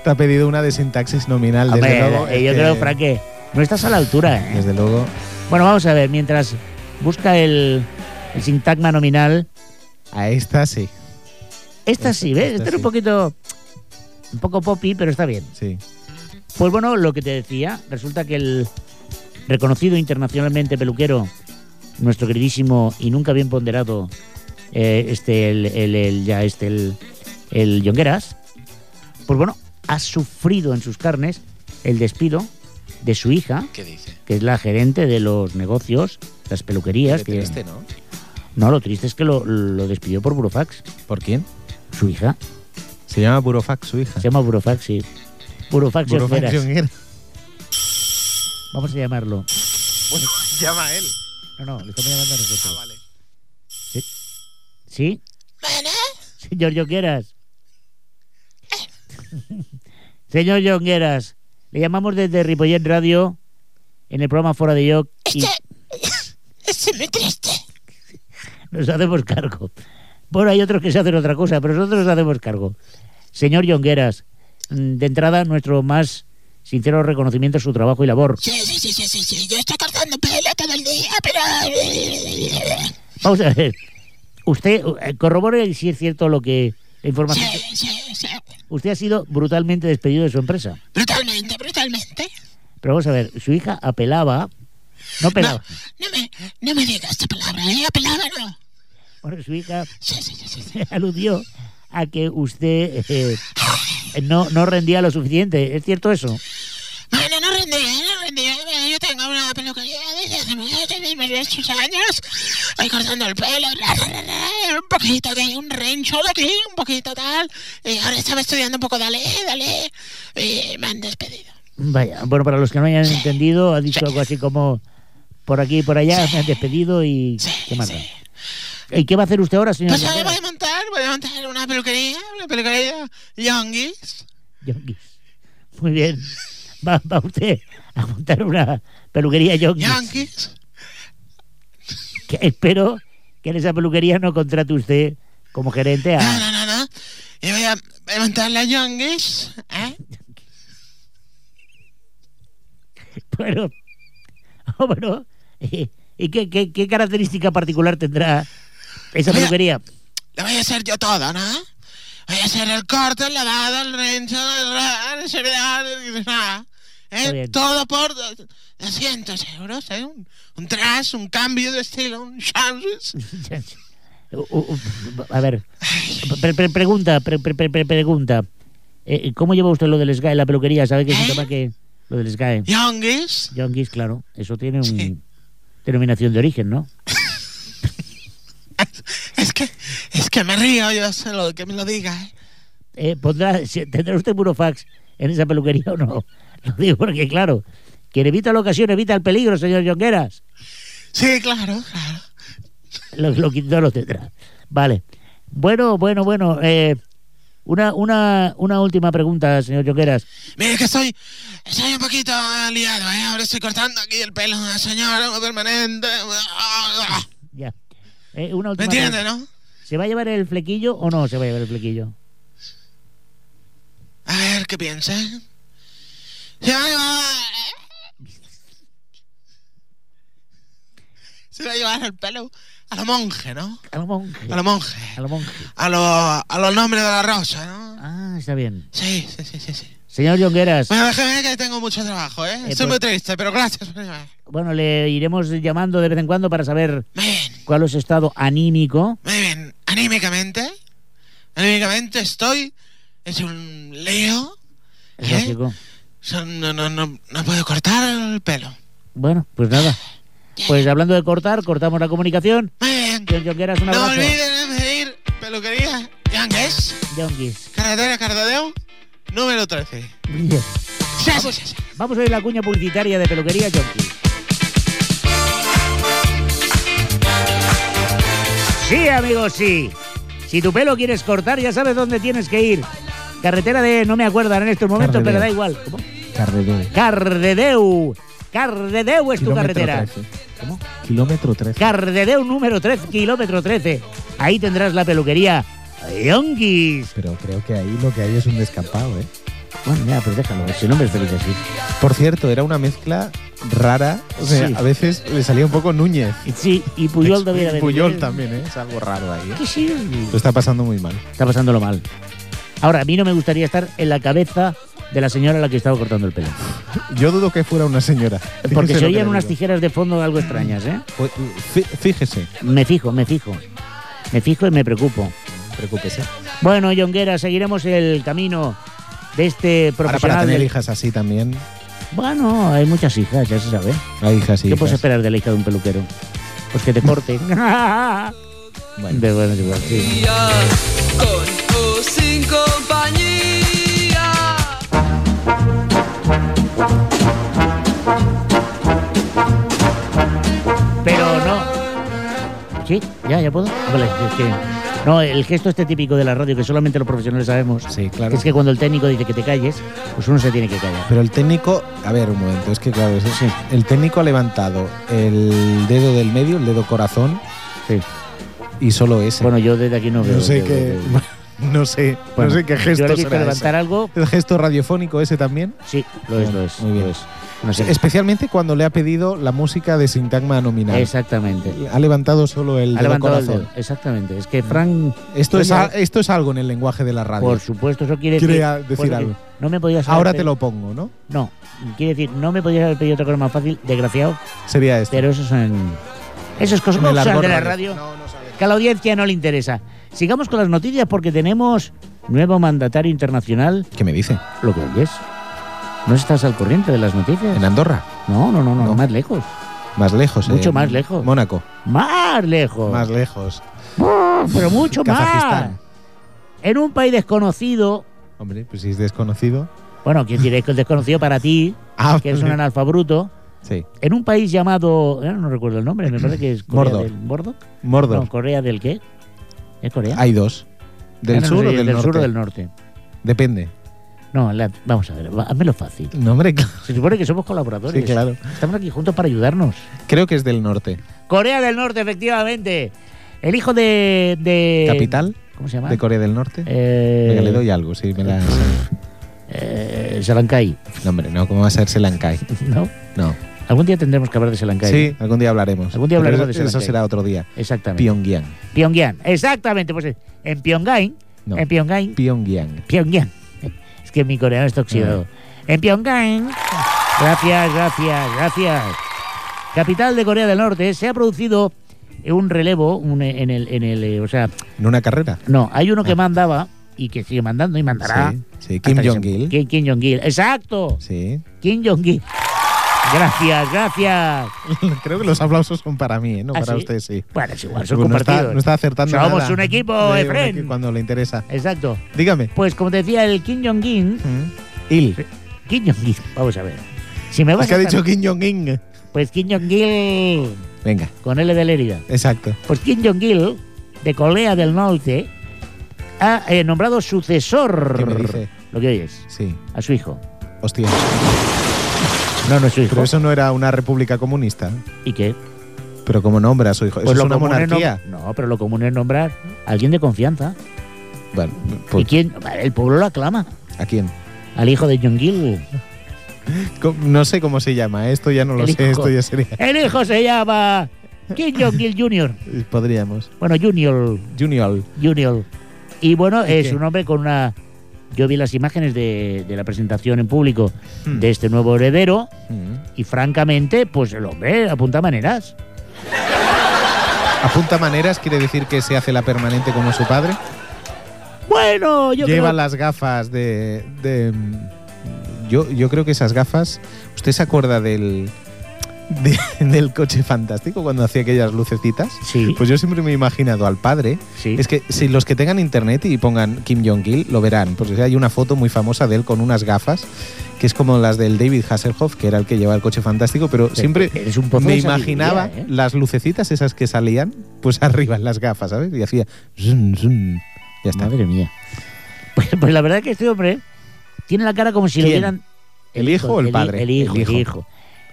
Te ha pedido una de sintaxis nominal, desde Hombre, luego. eh, yo eh, creo, Frank, que no estás a la altura. ¿eh? Desde luego. Bueno, vamos a ver, mientras busca el, el sintagma nominal. A esta sí. Esta sí, ¿ves? Esta Esta era un sí. poquito. Un poco poppy, pero está bien. Sí. Pues bueno, lo que te decía, resulta que el reconocido internacionalmente peluquero, nuestro queridísimo y nunca bien ponderado, eh, este, el, el- el- ya este, el, el Yongueras, pues bueno, ha sufrido en sus carnes el despido de su hija, ¿Qué dice? que es la gerente de los negocios, las peluquerías. que- ¿no? No, lo triste es que lo, lo despidió por Burofax. ¿Por quién? Su hija. Se llama Burofax, su hija. Se llama Burofax, sí. Burofax Burofax Jongueras. Jonguera. Vamos a llamarlo. Bueno, [LAUGHS] llama a él. Ah, No, no, le estamos llamando a nosotros. vale. ¿Sí? Señor Jongueras. Eh. [LAUGHS] Señor Jongueras, le llamamos desde Ripollet Radio, en el programa Fora de York, y Este, [LAUGHS] Es muy triste. [LAUGHS] nos hacemos cargo. Bueno, hay otros que se hacen otra cosa, pero nosotros nos hacemos cargo. Señor Jongueras, mm, de entrada, nuestro más sincero reconocimiento a su trabajo y labor. Sí, sí, sí, sí, sí, sí. Yo estoy cortando pelo todo el día, pero... Vamos a ver. Usted eh, corrobore si es cierto lo que la información. Sí, sí, sí. Usted ha sido brutalmente despedido de su empresa. Brutalmente, brutalmente. Pero vamos a ver, su hija apelaba. No apelaba. No me, no me digas esta palabra, ¿eh? La palabra no. Bueno, su hija [LAUGHS] Sí, sí, sí, sí. sí. aludió a que usted eh, no, no rendía lo suficiente. ¿Es cierto eso? Bueno, no rendí, ¿eh? no rendí. ¿eh? Yo tengo una peluquería desde hace muchos años. Voy cortando el pelo, ra, ra, ra, ra, un poquito de aquí, un rencho de aquí, un poquito tal. Y ahora estaba estudiando un poco, dale, dale. Y me han despedido. Vaya, bueno, para los que no hayan entendido, ha dicho algo así como por aquí y por allá, me han despedido y. ¿Qué más? da? ¿Y qué va a hacer usted ahora, señor? Pues ahora voy Jongueras? a montar, voy a montar una peluquería, una peluquería Youngis. Yonkis. Muy bien. Va, va usted a montar una peluquería Yonkis. Yankees. Que espero que en esa peluquería no contrate usted como gerente No, a. no, no, no. Yo voy a levantar la Yankees. ¿eh? [LAUGHS] Bueno, [LAUGHS] bueno. ¿Y, y qué, qué- qué característica particular tendrá esa Mira. peluquería? La voy a hacer yo todo, ¿no? Voy a hacer el corte, el lavado, el rencho, el ra- el servidor, el- nada. ¿Eh? Está bien. Todo por do- 200 euros, ¿eh? Un, un trash, un cambio de estilo, un sándwich. U- u- a ver, pre- pre- pregunta, pre- pre- pre- pre- pregunta. Eh, ¿Cómo lleva usted lo del SGAE en la peluquería? ¿Sabe que es un ¿Eh? tema que... Lo del SGAE. Youngis. Yonkis, claro. Eso tiene un... Sí. Denominación de origen, ¿no? Es que, es que me río yo solo de que me lo diga, ¿eh? Eh, ¿pondrá, se- ¿Tendrá usted puro fax en esa peluquería o no? [LAUGHS] Lo digo porque, claro, quien evita la ocasión evita el peligro, señor Yongueras. Sí, claro, claro. Lo, lo, que no lo tendrá. Vale. Bueno, bueno, bueno. eh, una, una, una última pregunta, señor Yongueras. Mire que soy, soy un poquito liado, ¿eh? Ahora estoy cortando aquí el pelo a la señora permanente. Ya. Eh, una ¿Me última entiende, pregunta. no? ¿Se va a llevar el flequillo o no se va a llevar el flequillo? A ver qué piensa. Se va a llevar. Se va a llevar el pelo a lo monje, ¿no? A lo monje. A lo monje. A lo monje. A lo, a los nombres de la rosa, ¿no? Ah, está bien. Sí, sí, sí, sí. sí. Señor Yongueras, Bueno, déjeme que tengo mucho trabajo, ¿eh? Estoy pues- muy triste, pero gracias por llevar. bueno, le iremos llamando de vez en cuando para saber Muy bien, cuál es su estado anímico. muy bien. Anímicamente, anímicamente estoy. Es un leo. Es ¿eh? lógico. Son- No, no, no, no puedo cortar el pelo. Bueno, pues nada. Pues hablando de cortar, cortamos la comunicación. Muy bien. Señor Yongueras, un No abrazo. olviden de pedir peluquería Yangues, Yonguis. carretera Cardedeu, número 13. Bien. Ya, ya, ya, ya. Vamos a ir a la cuña publicitaria de peluquería Yonguis. Sí, amigos, sí. Si tu pelo quieres cortar, ya sabes dónde tienes que ir. Carretera de... No me acuerdan en estos momentos, Cardedeu. pero da igual. ¿Cómo? Carredón. Cardedeu. Cardedeu es tu carretera. ¿Cómo? Kilómetro 13. Cardedeu número 13, kilómetro 13. Ahí tendrás la peluquería. Yonkis. Pero creo que ahí lo que hay es un descampado, ¿eh? Bueno, ya, pero déjalo, si no me feliz así. Por cierto, era una mezcla rara. O sea, Sí. a veces le salía un poco Núñez. Sí, y Puyol también. a ver, Puyol también, ¿eh? Es algo raro ahí. ¿eh? Que sí. Lo está pasando muy mal. Está pasándolo mal. Ahora, a mí no me gustaría estar en la cabeza de la señora a la que estaba cortando el [LAUGHS] pelo. Yo dudo que fuera una señora. Porque se Fíjese lo que oían le unas digo. tijeras de fondo algo extrañas, ¿eh? Pues, fí- Fíjese, Me fijo, me fijo. Me fijo y me preocupo. preocúpese. Bueno, Yonguera, seguiremos el camino de este Ahora profesional. para tener del- hijas así también. Bueno, hay muchas hijas, ya se sabe. Hay hijas y ¿Qué puedes hijas. esperar de la hija de un peluquero? Pues que te corte. [LAUGHS] [LAUGHS] Bueno. De bueno, es igual, sí. con o sin compañía. Pero no. Sí, ya, ya puedo. Vale, es que- No, el gesto este típico de la radio que solamente los profesionales sabemos. Sí, claro. Es que cuando el técnico dice que te calles, pues uno se tiene que callar. Pero el técnico, a ver un momento, es que claro, es así. El técnico ha levantado el dedo del medio, el dedo corazón, Sí. y solo ese. Bueno, yo desde aquí no veo. no sé veo, qué. veo. [LAUGHS] No sé, Bueno, no sé qué Yo gesto le he visto será levantar algo. ese. ¿El gesto radiofónico ese también? Sí, lo es, Bueno, lo es. muy bien. lo es. No sé. Especialmente cuando le ha pedido la música de sintagma nominal. Exactamente. Ha levantado solo el Ha dedo levantado el corazón. Mm. dedo. Exactamente. Es que Frank, Esto, es, Oye, al- esto es algo en el lenguaje de la radio. por supuesto, eso quiere Quiere decir. a- decir porque algo. No me podías haber Ahora te pedido- lo pongo, ¿no? No, quiere decir, no me podías haber pedido otra cosa más fácil, desgraciado, Sería esto. pero eso son. Eso es cosa En el cosas argot de la radio. radio. que a la audiencia no le interesa. Sigamos con las noticias porque tenemos nuevo mandatario internacional, ¿Qué me dice? lo que oyes. ¿No estás al corriente de las noticias? En Andorra, No, no, no, no, No. más lejos. más lejos. Mucho en más lejos. Mónaco, Más lejos. más lejos. pero mucho más. Kazajistán. En un país desconocido, Hombre, pues si es desconocido. bueno, quiero decir, es que es desconocido para ti, Ah, que eres un vale. analfabruto, Sí, en un país llamado, eh, no recuerdo el nombre, me parece que es Corea Mordor. del Mordor. Mordor. No, Corea del qué? ¿Es Corea? Hay dos. ¿Del Ah, no, sur no o sé, del, norte? sur o del norte? Depende. No, la- vamos a ver, va- házmelo fácil. No, hombre, [LAUGHS] claro. Se supone que somos colaboradores. Sí, claro. Estamos aquí juntos para ayudarnos. creo que es del norte. Corea del Norte, efectivamente. El hijo de. de- ¿Capital? ¿Cómo se llama? ¿De Corea del Norte? Eh, Venga, le doy algo, sí, me la... eh, Selankai, [LAUGHS] No, hombre, no, ¿cómo va a ser Selancay? ¿no? No. Algún día tendremos que hablar de Selankai. Sí, algún día hablaremos. Algún día Pero hablaremos eso- de Eso Selancay. será otro día. Exactamente. Pyongyang. Pyongyang, exactamente. Pues eh, en Pyongyang. No. En Pyongyang. Pyongyang. Pyongyang. Es que mi coreano está Ah. oxidado. En Pyongyang. Gracias, gracias, gracias. Capital de Corea del Norte, se ha producido un relevo un, eh, en el, en el eh, o sea, En una carrera. no, hay uno que Ah. mandaba y que sigue mandando y mandará. Sí, sí. Kim hasta que se- Jong-il. Kim, Kim Jong-il, exacto. Sí. Kim Jong-il. Gracias, gracias. [LAUGHS] Creo que los aplausos son para mí, ¿eh? no ¿Ah, para sí? usted, sí. Bueno, es igual, son Porque Pues no, compartidos. está, no está acertando Somos nada. un equipo, De- un Efren. equipo Cuando le interesa. Exacto. Dígame. Pues como te decía, el Kim Jong-un, Il. Kim Jong-il, vamos a ver. Si me vas Es que a ha estar- dicho Kim Jong-un. Pues Kim Jong-il, Venga, con L de Lérida. exacto. Pues Kim Jong-il, de Corea del Norte, ha eh, nombrado sucesor. ¿Qué me dice? Lo que oyes, Sí. a su hijo. Hostia. No, no es su hijo. Pero eso no era una república comunista. ¿Y qué? Pero como nombra a su hijo. Eso es una común es nom- monarquía. Pues No, pero lo común es nombrar a alguien de confianza. Bueno, ¿Y pues, quién? El pueblo lo aclama. ¿a quién? Al hijo de Jong-il. [LAUGHS] Co- No sé cómo se llama. Esto ya no lo El sé. hijo. Esto ya sería. El hijo se llama Kim Jong-il Jr. Podríamos. Bueno, Junior. Junior. Junior. Y bueno, ¿Y es qué? un hombre con una... Yo vi las imágenes de, de la presentación en público Hmm. de este nuevo heredero Mm. y francamente, pues el hombre apunta maneras. Apunta maneras quiere decir que se hace la permanente como su padre. Bueno, yo Lleva creo- las gafas de. de, mm, yo, yo creo que esas gafas. ¿Usted se acuerda del. de- [LAUGHS] del coche fantástico cuando hacía aquellas lucecitas? Sí, Pues yo siempre me he imaginado al padre. sí. Es que si los que tengan internet y pongan Kim Jong-il lo verán, porque hay una foto muy famosa de él con unas gafas que es como las del David Hasselhoff, que era el que llevaba el coche fantástico, pero siempre Eres un pozo me de pues sabiduría, imaginaba ¿eh? las lucecitas esas que salían pues [LAUGHS] arriba en las gafas, ¿sabes? Y hacía zum, zum. Ya está. Madre mía. Pues, pues la verdad es que este hombre tiene la cara como si le ¿Quién? hubieran... ¿El hijo o el hi- padre? El hijo, El el hijo. hijo.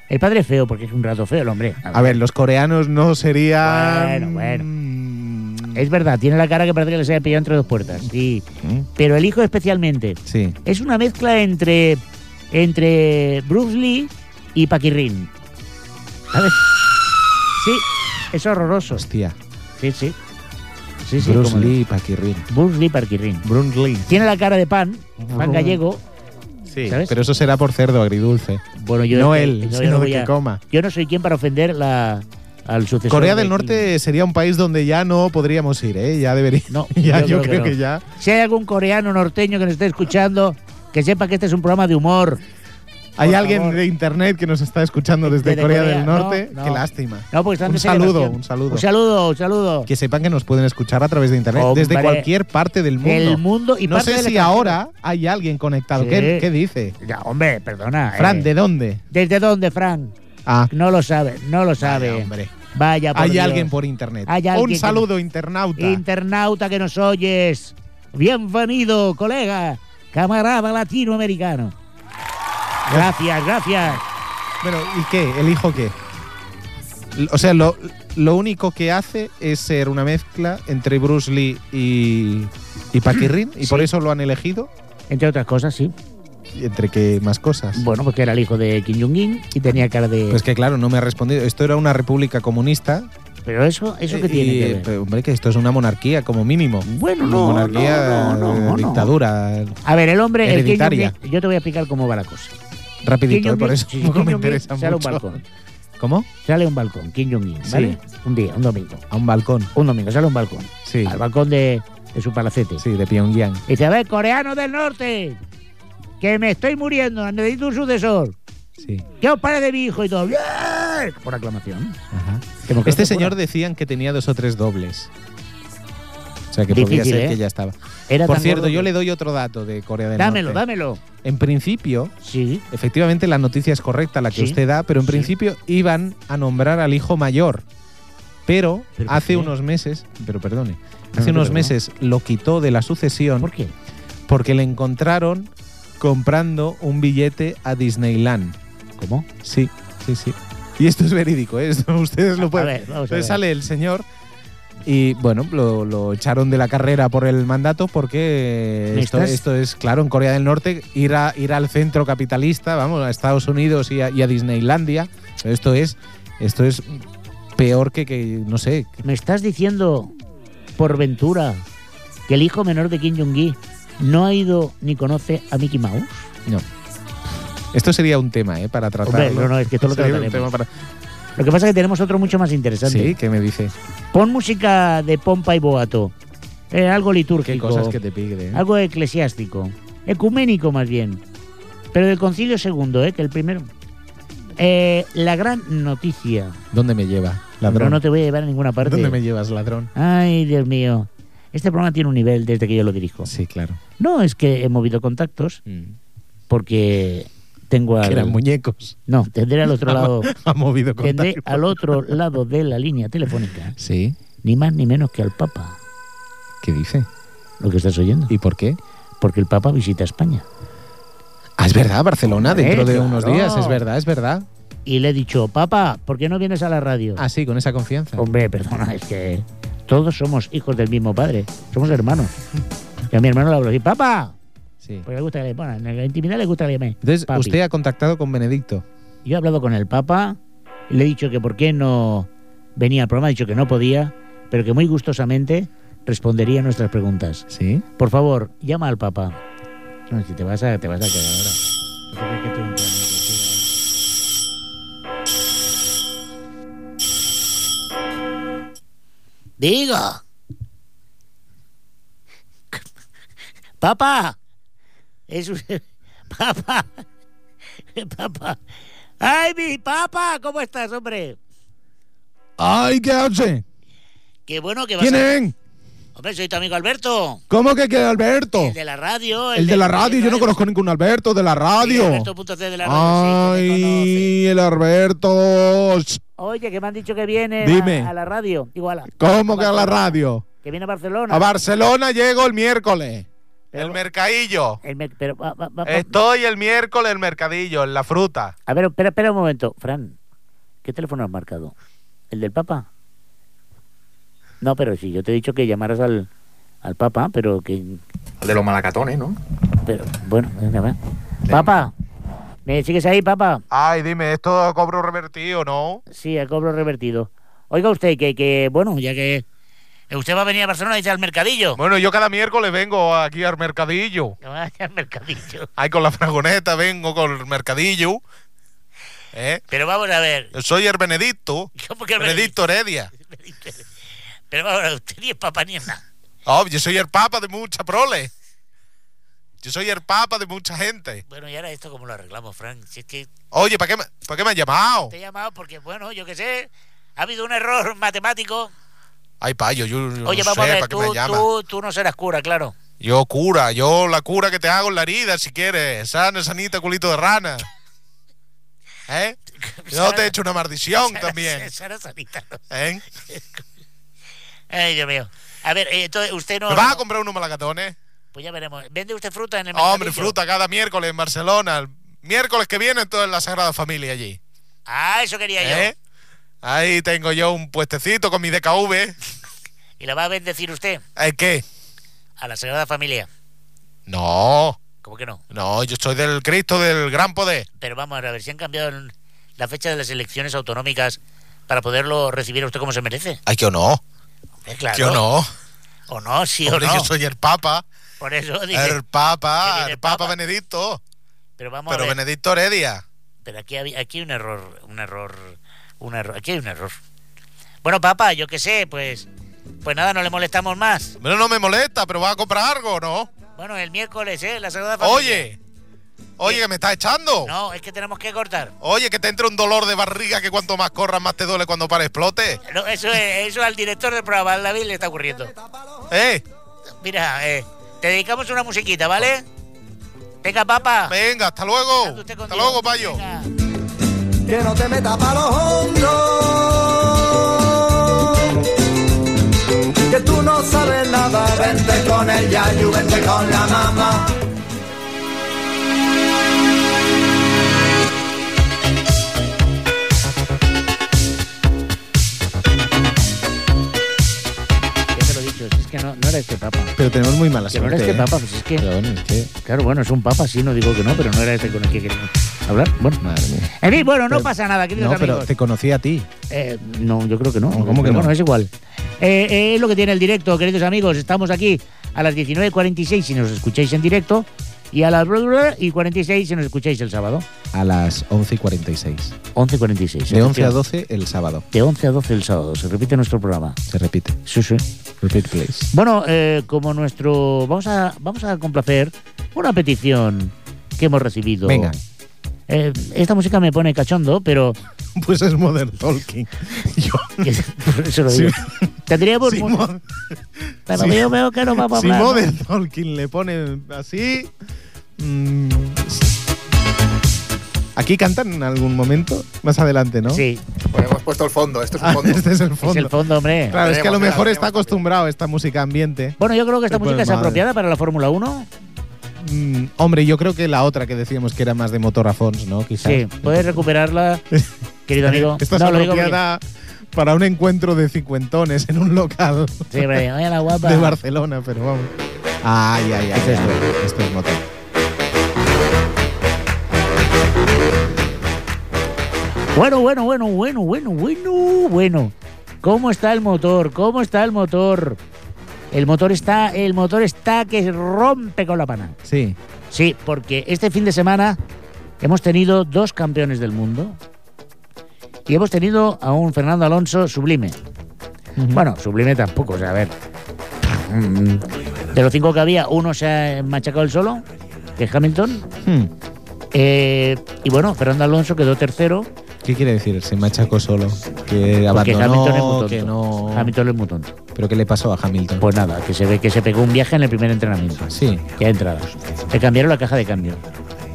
El padre es feo porque es un rato feo el hombre. A ver, los coreanos no Bueno, serían bueno. Mm, Es verdad, tiene la cara que parece que le se haya pillado entre dos puertas. Sí. Pero el hijo especialmente. Sí. Es una mezcla entre, entre Bruce Lee y Paquirrin. ¿Sabes? Sí, es horroroso. Hostia. Sí, sí. Sí, sí, Bruce como- Lee y Paquirrin. Bruce Lee Paquirrin. Bruce Lee. Tiene la cara de pan, pan Brum. gallego. Sí, ¿Sabes? pero eso será por cerdo agridulce. Bueno, yo no es que- él, yo sino no de voy a- que coma. Yo no soy quien para ofender la, al sucesor. Corea del de- Norte sería un país donde ya no podríamos ir, ¿eh? Ya debería. No, [LAUGHS] ya, yo creo que no. ya. Si hay algún coreano norteño que nos esté escuchando, que sepa que este es un programa de humor. Hay Por alguien favor. de internet que nos está escuchando desde, Desde Corea, Corea, del Norte. no, no. Qué lástima. No, porque están un, de saludo, celebración. un saludo, Un saludo, un saludo. Que sepan que nos pueden escuchar a través de internet Hombre. desde cualquier parte del mundo. El mundo y no parte sé del si extranjero. ahora hay alguien conectado. Sí. ¿Qué, qué dice? Ya, hombre, perdona. Fran, eh. ¿de dónde? ¿Desde dónde, Fran? Ah, No lo sabe, no lo sabe. vaya, hombre. Vaya, por Hay Dios. alguien por internet. Hay alguien un que- saludo, internauta. Internauta que nos oyes. Bienvenido, colega, camarada latinoamericano. Gracias, gracias. Bueno, ¿y qué? ¿El hijo qué? L- O sea, lo, lo único que hace es ser una mezcla entre Bruce Lee y, y Paquirrin, y por eso lo han elegido. Entre otras cosas, sí. ¿Y ¿Entre qué más cosas? Bueno, porque era el hijo de Kim Jong-un y tenía cara de... Pues que claro, no me ha respondido. Esto era una república comunista. Pero eso, ¿eso qué eh, tiene y, que eh, ver? pero, Hombre, que esto es una monarquía, como mínimo. Bueno, Una no, monarquía, no, no, eh, no, no. dictadura. A ver, el hombre, el Kim Hereditaria. Jong-un- yo te voy a explicar cómo va la cosa. Kim Rapidito, eh, Jong-un- por eso [LAUGHS] sí, sí, tampoco Kim me Jong-un interesa sale a un mucho. balcón. ¿Cómo? Sale a un balcón, Kim Jong-un, Sí. ¿vale? Un día, un domingo. A un balcón. Un domingo, sale a un balcón. Sí, Al balcón de, de su palacete. sí, de Pyongyang. Y dice, a ver, coreano del norte, que me estoy muriendo, necesito un sucesor. Sí. ¿Qué os parece de mi hijo? Y todo, ¡bien! Por aclamación. Ajá. Democracia Este señor pura. decían que tenía dos o tres dobles. O sea que podría Difícil, ser ¿eh? que ya estaba. Era Por tan cierto, gordo yo que- le doy otro dato de Corea del Dámelo, Norte. dámelo. En principio, Sí, efectivamente la noticia es correcta la que Sí. usted da, pero en Sí. principio iban a nombrar al hijo mayor. Pero, ¿Pero por hace qué? unos meses, pero perdone, no te hace unos perdono. meses lo quitó de la sucesión ¿por qué? porque le encontraron comprando un billete a Disneyland. ¿Cómo? Sí, sí, sí. Y esto es verídico, ¿eh? Esto [LAUGHS] ustedes lo A pueden. ver, vamos a Entonces ver. sale el señor y, bueno, lo, lo echaron de la carrera por el mandato porque ¿Me esto, estás? esto es, claro, en Corea del Norte, ir, a, ir al centro capitalista, vamos, a Estados Unidos y a, y a Disneylandia. Pero esto es, esto es peor que, que, no sé, ¿Me estás diciendo, por ventura, que el hijo menor de Kim Jong-gi no ha ido ni conoce a Mickey Mouse? no. Esto sería un tema, ¿eh? Para tratarlo. no, no, es que esto lo Sería un trataremos. tema para- Lo que pasa es que tenemos otro mucho más interesante. Sí, ¿qué me dice? Pon música de pompa y boato. Eh, algo Qué litúrgico. cosas que te pigre. ¿eh? Algo eclesiástico. Ecuménico más bien. Pero del concilio segundo, ¿eh? que el primero. Eh, la gran noticia. ¿Dónde me lleva, Pero ladrón? no te voy a llevar a ninguna parte. ¿Dónde me llevas, ladrón? Ay, Dios mío. Este programa tiene un nivel desde que yo lo dirijo. Sí, claro. No, es que he movido contactos porque tengo Que eran al... muñecos. [LAUGHS] No, tendré al otro lado... ha movido Tendré contacto. al otro lado de la línea telefónica, Sí, ni más ni menos que al Papa, ¿qué dice? lo que estás oyendo. ¿Y por qué? Porque el Papa visita España. Ah, es verdad, Barcelona, Hombre, dentro de claro. unos días, es verdad, es verdad. Y le he dicho, Papa, ¿por qué no vienes a la radio? Ah, sí, con esa confianza. Hombre, perdona, es que todos somos hijos del mismo padre, somos hermanos. Y a mi hermano le hablo así, ¡Papa! Sí. Porque le gusta que le pongan, en la intimidad le gusta que le llamen. Entonces, papi. usted ha contactado con Benedicto. Yo he hablado con el Papa, y le he dicho que por qué no venía al programa, ha dicho que no podía, pero que muy gustosamente respondería a nuestras preguntas. Sí. Por favor, llama al Papa. No, si te vas a, te vas a quedar ahora. No te creas que tú entras en cualquiera, ¿eh? Digo. Papá. Es usted- [LAUGHS] Papá. Papá. Ay, mi papá, ¿cómo estás, hombre? ¡Ay, qué hace! Qué bueno que vas ¿Quién a... es? Hombre, soy tu amigo Alberto. ¿Cómo que queda Alberto? El de la radio. Oh. El de la radio, yo no conozco ningún Alberto de la Sí, radio. Alberto.c de la radio, sí, que te conoce. ¡Ay, el Alberto! Oye, que me han dicho que viene a- Dime. A, la radio. Igual, a- ¿Cómo que a la radio? que viene a Barcelona. A Barcelona llego el miércoles. Pero- El mercadillo. El me- pero va- va- va- va- Estoy el miércoles en el mercadillo, en la fruta. A ver, espera, espera un momento. Fran, ¿qué teléfono has marcado? ¿El del Papa? No, pero sí, yo te he dicho que llamaras al, al Papa, pero que... De los malacatones, ¿no? Pero, bueno, venga, va. Papa, ¿me sigues ahí, Papa? Ay, dime, esto cobro revertido, ¿no? Sí, a cobro revertido. Oiga usted, que, que bueno, ya que... Usted va a venir a Barcelona y dice al mercadillo. Bueno, yo cada miércoles vengo aquí [LAUGHS] al mercadillo. Vaya al mercadillo. Ay, con la fragoneta vengo con el mercadillo. ¿Eh? Pero vamos a ver. Yo Soy el Benedicto. [LAUGHS] ¿Cómo que el Benedicto Heredia. [LAUGHS] Benedicto? Pero vamos a ver, usted ni es papá ni es nada. Oh, yo soy el papa de mucha prole. Yo soy el papa de mucha gente. Bueno, y ahora esto cómo lo arreglamos, Frank. Si es que Oye, ¿para qué, me- ¿para qué me han llamado? te he llamado porque, bueno, yo qué sé, ha habido un error matemático. Ay, payo, yo, yo Oye, no vamos sé a ver, para qué tú, me llaman. tú, tú no serás cura, [LAUGHS] claro. Yo cura, yo la cura que te hago en la herida, si quieres. Sana, sanita, culito de [LAUGHS] rana. [LAUGHS] ¿Eh? Yo te he hecho una [LAUGHS] maldición [LAUGHS] también. Serás sanitario. ¿Eh? Ay, Dios mío. A ver, eh, entonces usted no... ¿Me vas a comprar unos malacatones? Pues ya veremos. ¿Vende usted fruta en el mercadillo? Hombre, fruta cada miércoles en Barcelona. El miércoles que viene, entonces la Sagrada Familia allí. Ah, eso quería ¿Eh? yo. Ahí tengo yo un puestecito con mi DKV. Y la va a bendecir usted ¿El ¿Eh, qué? a la Sagrada Familia. No, ¿Cómo que no? no, yo soy del Cristo del Gran Poder. Pero vamos a ver si han cambiado el- la fecha de las elecciones autonómicas para poderlo recibir a usted como se merece. Ay, que o no, Hombre, claro. que o no. O no, sí Hombre, o no. yo soy el Papa, Por eso dice. el Papa, viene el el Papa. Papa Benedicto. Pero vamos Pero a ver. Benedicto Heredia. Pero aquí hay, aquí hay un error, un error, un error. Aquí hay un error. Bueno, papá, yo qué sé, pues. Pues nada, no le molestamos más. Bueno, no me molesta, pero vas a comprar algo, ¿no? Bueno, el miércoles, ¿eh? La Sagrada Familia. Oye, oye, que me estás echando. No, es que tenemos que cortar. Oye, que te entra un dolor de barriga que cuanto más corras, más te duele cuando para explote. No, eso, es- eso al director del programa, al David, le está ocurriendo. ¿Eh? Mira, eh, te dedicamos una musiquita, ¿vale? Venga, papá. Venga, hasta Ande luego. usted Hasta contigo. luego, payo. Venga. que no te meta pa' los hombros. Que tú no sabes nada, vente con el yayu, vente con la mamá. pero tenemos muy mala este Que no suerte. era este ¿eh? papa, pues es Pero que. bueno, es que- Claro, bueno, es un papa, sí, no digo que no, pero no era este con el que queríamos hablar. Bueno, madre mía. en fin, bueno, no Pero- pasa nada, queridos No, pero amigos. te conocí a ti. Eh, no, yo creo que no. No, ¿cómo que Pero no? Bueno, es igual. Eh, eh, es lo que tiene el directo, queridos amigos. Estamos aquí a las 19.46 si nos escucháis en directo y a las y 46 si nos escucháis el sábado. A las 11 y 46. 11.46. De 11 a 12 el sábado. De 11 a 12 el sábado. Se repite nuestro programa. Se repite. Sí, sí. Repeat, please. Bueno, eh, como nuestro... Vamos a, vamos a complacer una petición que hemos recibido. Venga. [LAUGHS] Eh, esta música me pone cachondo, pero... Pues es Modern Talking. [LAUGHS] Yo, [LAUGHS] por eso lo digo. Tendríamos... si, mu- Mo- pero sí. yo veo que no vamos a si hablar. ¿no? Modern Talking le pone así. mm, aquí cantan en algún momento. Más adelante, ¿no? Sí, Pues hemos puesto el fondo, este es Ah, [LAUGHS] un fondo. este es el fondo. es el fondo, hombre. Claro, es que a lo Tenemos, mejor claro, está tenemos también. acostumbrado a esta música ambiente. Bueno, yo creo que esta Pues música es madre. apropiada para la Fórmula 1. Mm, hombre, yo creo que la otra que decíamos que era más de motorafons, ¿no? Quizás. Sí, puedes [LAUGHS] recuperarla, querido amigo. Esta es no, lo digo porque- Eh, apropiada para un encuentro de cincuentones en un local Sí, hombre, oye, la guapa. [LAUGHS] de Barcelona, pero vamos. Ay, ay, ay. ay, Esto es motor. Bueno, bueno, bueno, bueno, bueno, bueno, bueno. ¿Cómo está el motor? ¿Cómo está el motor? El motor está, el motor está que rompe con la pana. Sí. Sí, porque este fin de semana hemos tenido dos campeones del mundo y hemos tenido a un Fernando Alonso sublime. Bueno, sublime tampoco, o sea, a ver. Mm, De los cinco que había, uno se ha machacado el solo, que es Hamilton. Hmm, Eh, y bueno, Fernando Alonso quedó tercero. ¿Qué quiere decir? Se machacó solo. Porque Que Hamilton es muy abandonó, tonto. que no. Hamilton es muy tonto. ¿Pero qué le pasó a Hamilton? Pues nada, que se ve que se pegó un viaje en el primer entrenamiento. Sí. Ya entradas. Le cambiaron la caja de cambio.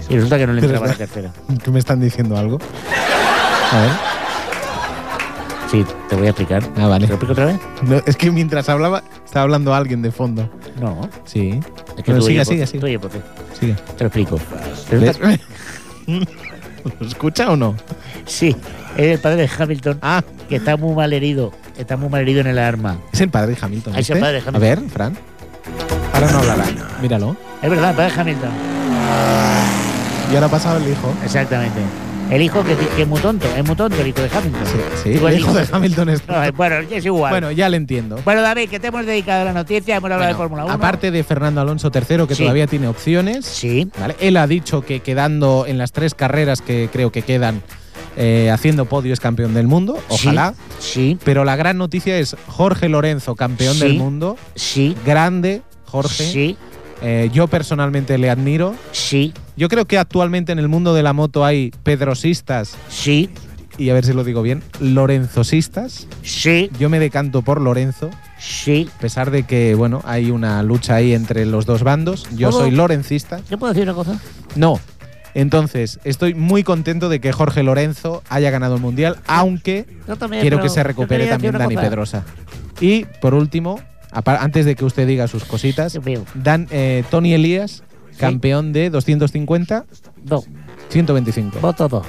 Y resulta que no le Pero entraba la está- tercera. ¿Tú me están diciendo algo? A ver. Sí, te voy a explicar. Ah, ¿Te vale. lo explico otra vez? No, es que mientras hablaba, estaba hablando alguien de fondo. No. Sí. Es que Pero tú sigue, oyes sigue, por- sigue. tú oyes por qué. Sigue. Te lo explico. Resulta ¿Ves? ¿Lo [LAUGHS] escucha o no? Sí, es el padre de Hamilton Ah, que está muy mal herido. Está muy mal herido en el arma. es el padre de Hamilton. Es el ¿viste? padre de Hamilton. A ver, Fran. Ahora no hablará. Míralo. Es verdad, el padre de Hamilton. Y ahora ha pasado el hijo. Exactamente. El hijo que, que es muy tonto, es muy tonto el hijo de Hamilton. Sí, sí, Igual el hijo de Hamilton es. No, bueno, es igual. Bueno, Bueno, ya le entiendo. David, que te hemos dedicado a la noticia, hemos hablado de Bueno, Fórmula 1. aparte de Fernando Alonso III, que Sí. todavía tiene opciones, Sí, ¿vale? él ha dicho que quedando en las tres carreras que creo que quedan eh, haciendo podio es campeón del mundo, ojalá. sí, Pero la gran noticia es Jorge Lorenzo, campeón Sí. del mundo, sí, grande Jorge. sí, Eh, yo personalmente le admiro. sí, Yo creo que actualmente en el mundo de la moto hay pedrosistas sí, y a ver si lo digo bien, lorenzosistas. sí, Yo me decanto por Lorenzo, sí. a pesar de que, bueno, hay una lucha ahí entre los dos bandos. Yo ¿Cómo? soy lorencista. ¿Yo puedo decir una cosa? No. Entonces, estoy muy contento de que Jorge Lorenzo haya ganado el Mundial, aunque Yo también, quiero Eh, pero que se yo recupere quería decir también una Dani cosa. Pedrosa. Y, por último, apa- antes de que usted diga sus cositas, Dios mío, Dan, eh, Tony Elías, campeón de 250, Dos, 125. voto dos,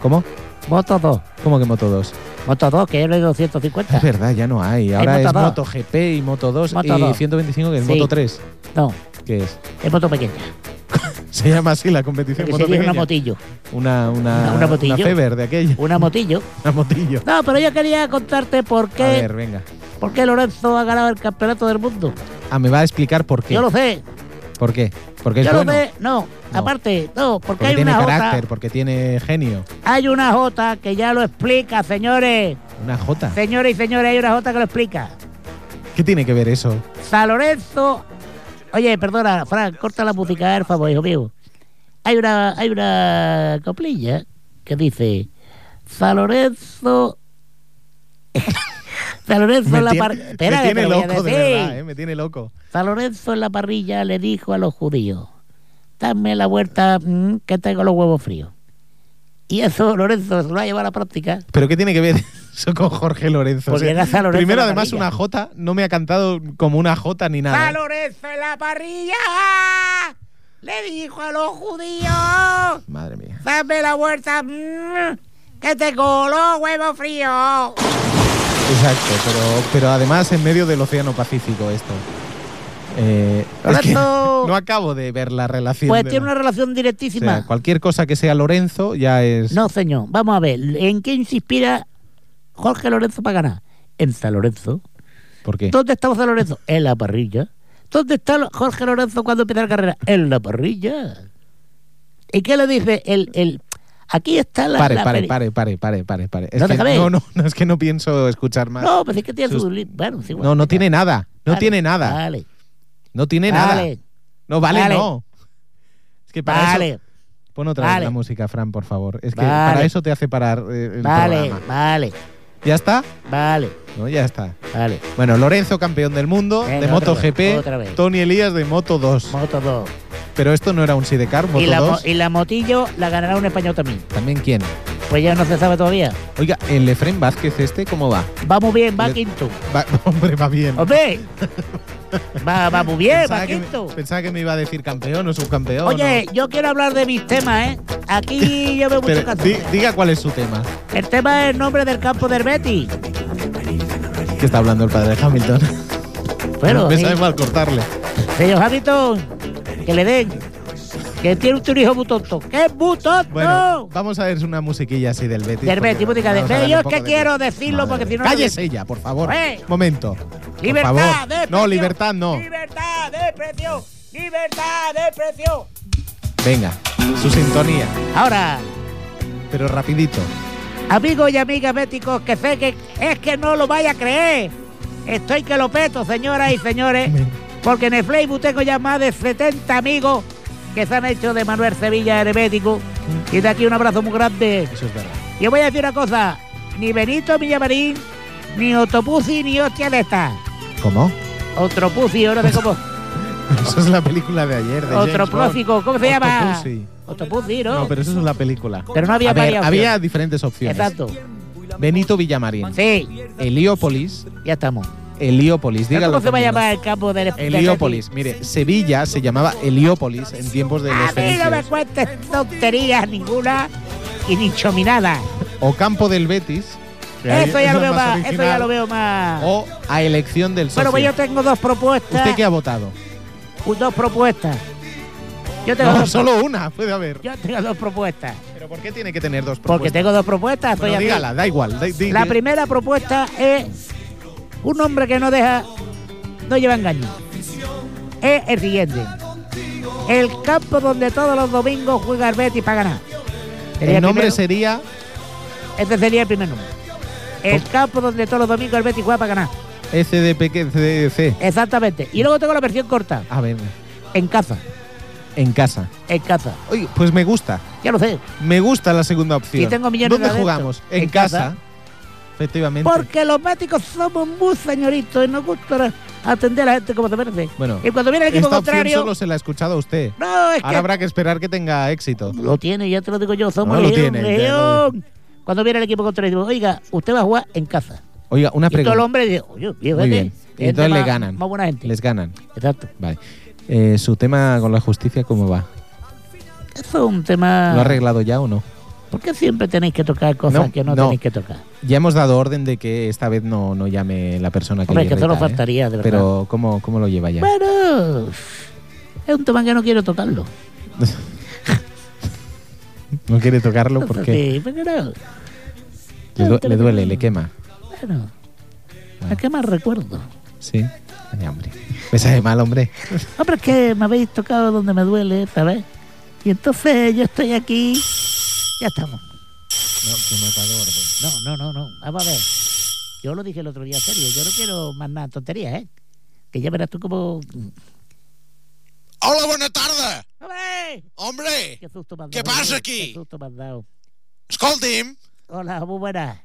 ¿Cómo? voto dos, ¿Cómo que Moto 2? voto dos, que he leído 150. Es verdad, ya no hay. Ahora Ah. Moto es dos. Moto GP y Moto 2 Moto y dos. 125 que es Sí. Moto 3. No, ¿Qué es? [LAUGHS] es moto pequeña. Se llama así la competición. Que Moto sería una pequeña. motillo. Una, una, Una- una motillo. Feber de aquella. [LAUGHS] Una motillo. Una motillo. No, pero yo quería contarte por A qué, ver, venga. por qué Lorenzo ha ganado el campeonato del mundo. Ah, me va a explicar por qué. Yo lo sé, ¿Por qué? Porque es yo bueno. lo sé. No, No. aparte, no, porque, Porque hay tiene una carácter, jota. porque tiene genio. Hay una jota que ya lo explica, señores. Una J. Señores y señores, hay una jota que lo explica. ¿Qué tiene que ver eso? San Lorenzo. Oye, perdona, Fran, corta la música, eh, por favor, hijo mío. Hay una, hay una coplilla que dice San Lorenzo. [LAUGHS] San Lorenzo en la tiene, par- Espera, me que te tiene lo voy a loco, de decir. verdad, eh, me tiene loco. San Lorenzo en la parrilla le dijo a los judíos, dame la vuelta mm, que tengo los huevos fríos. Y eso Lorenzo se lo ha llevado a la práctica. ¿Pero qué tiene que ver [LAUGHS] eso con Jorge Lorenzo? Porque era San Lorenzo primero, la además, parrilla. una J no me ha cantado como una J ni nada. ¡San Lorenzo en la parrilla! Le dijo a los judíos. Madre mía. Dame la vuelta. mm, Que te coló huevo frío. Exacto, pero, pero además en medio del Océano Pacífico esto. Eh, es Correcto. que [LAUGHS] no acabo de ver la relación. Pues de tiene la- una relación o directísima. sea, cualquier cosa que sea Lorenzo ya es. No, señor. Vamos a ver. ¿En quién se inspira Jorge Lorenzo para ganar? En San Lorenzo. ¿Por qué? ¿Dónde está San Lorenzo? En la parrilla. ¿Dónde está lo- Jorge Lorenzo cuando empieza la carrera? En la parrilla. ¿Y qué le dice el... el... Aquí está la... Pare, la pare, peri- pare, pare, pare, pare, pare. Es No, que- déjame. no, no, no, es que no pienso escuchar más. No, pues es que tiene Sus- su... li- Bueno, sí, bueno, No, no venga. tiene nada. No Vale, tiene nada. Vale. No tiene nada. Vale. No, vale, Vale. no. Es que para Vale. eso. Pon otra vez Vale. la música, Fran, por favor. Es que Vale. para eso te hace parar eh, el Vale. programa. Vale. ¿Ya está? Vale. No, ya está. Vale. Bueno, Lorenzo, campeón del mundo Venga, de otra MotoGP. vez, otra vez. Tony Elías de Moto 2. Moto 2. Pero esto no era un sidecar, Moto Y la, mo- 2. y la motillo la ganará un español también. También quién. Pues ya no se sabe todavía. Oiga, el Efren Vázquez este, ¿cómo va? Va muy bien, va Le- quinto. Va- [LAUGHS] hombre, va bien. [LAUGHS] ¡Hombre! Va, va muy bien, va pensaba, que quinto. me, pensaba que me iba a decir campeón o subcampeón. Oye, o- yo quiero hablar de mis temas, ¿eh? [LAUGHS] Aquí yo veo mucho Pero di- canciones. diga cuál es su tema. El tema es el nombre del campo del Betis. Que está hablando el padre de Hamilton. Pero, [LAUGHS] me sí, sabe mal cortarle. señor Hamilton, que le den. Que tiene usted un hijo muy tonto. ¡Qué es muy tonto! Bueno, vamos a ver una musiquilla así del Betis. Del Betis, porque música de- vamos a Pero darle yo un es poco que de- quiero decirlo, porque si no, no- Cállese ya, por favor. ¡Eh! Momento. ¡Libertad por favor. de precio! No, libertad no. ¡Libertad de precio! ¡Libertad de precio! Venga, su sintonía. Ahora, Pero rapidito. amigos y amigas béticos, que sé que es que no lo vaya a creer. Estoy que lo peto, señoras y señores, porque en el Facebook tengo ya más de 70 amigos que se han hecho de Manuel Sevilla el bético. Mm. Y de aquí un abrazo muy grande. Eso es verdad. Y os voy a decir una cosa, ni Benito Villamarín, ni Otopuzi, ni hostia de esta. ¿Cómo? [LAUGHS] Otropuzi, ahora de cómo. Eso es la película de ayer. De Otro James Bond. prófico, ¿cómo se llama? Octopussy. Otopuzi, ¿no? No, pero eso es la película. Pero no había A ver, varias opciones. había diferentes opciones. Exacto. Benito Villamarín. Sí, Heliópolis. ya estamos. Heliópolis, dígalo. ¿Cómo se va a conmigo. llamar el campo del del Heliópolis. Mire, Sevilla se llamaba Heliópolis en tiempos de los A mí no me fenicios. cuentes tonterías ninguna y ni chominadas. O Campo del Betis. que ahí Eso es ya, lo la veo más, eso ya original. lo veo más. O a elección del Bueno, socio. pues yo tengo dos propuestas. ¿Usted qué ha votado? u- Dos propuestas. Yo tengo, [LAUGHS] No, dos, solo una, puede haber. yo tengo dos propuestas. ¿Pero por qué tiene que tener dos Porque propuestas? tengo dos propuestas. estoy Bueno, así. dígala, da igual. di- di- La primera propuesta es un hombre que no deja, no lleva engaño. Es el siguiente. El campo donde todos los domingos juega el Betis para ganar. Sería el nombre primero. sería Este sería el primer número. El campo donde todos los domingos el Betis juega para ganar. SDP, que- CDC. Exactamente. Y luego tengo la versión corta. A ver, En casa. en casa. En casa. Oye, pues me gusta. Ya lo sé. Me gusta la segunda opción. Y tengo millones ¿Dónde de adeptos. jugamos? En, En casa. casa. Efectivamente. Porque los béticos somos muy señoritos y nos gusta atender a la gente como se merece. Bueno, y cuando viene el equipo Esta opción contrario. solo se la ha escuchado a usted. No, es que Ahora habrá que esperar que tenga éxito. Lo tiene, ya te lo digo yo, somos No lo legión, tiene, ya lo- legión. Cuando viene el equipo contrario, digo, oiga, usted va a jugar en casa. Oiga, una Y todo el pregunta. hombre dice, oye, viejo, Muy este- bien. este Y entonces le más- ganan. Más buena gente. Les ganan. Exacto. Vale. Eh, ¿Su tema con la justicia cómo va? Eso es un tema... ¿Lo ha arreglado ya o no? ¿Por qué siempre tenéis que tocar cosas No, que no, no. tenéis que tocar? Ya hemos dado orden de que esta vez no, no llame la persona que Hombre, le que solo irrita, ¿eh? faltaría, de verdad. Pero ¿cómo, ¿cómo lo lleva ya? Bueno, es un tema que no quiero tocarlo. No quiere [LAUGHS] tocarlo porque Sí, porque no. le, du- le duele, le quema. Bueno, ¿a qué más recuerdo? Sí. Ay, hombre. Me sabe mal, hombre. Hombre, es que me habéis tocado donde me duele, ¿sabes? Y entonces yo estoy aquí... Ya estamos. No, que no está de orden. No, no, no, no. Vamos a ver. Yo lo dije el otro día, serio. Yo no quiero más nada tonterías, ¿eh? Que ya verás tú como... Hola, buena tarda. ¡Hombre! Hombre, ¡Qué susto me has ¿Qué dado, pasa eh! aquí? ¡Qué susto me has dado! escolti'm, Hola, muy buenas.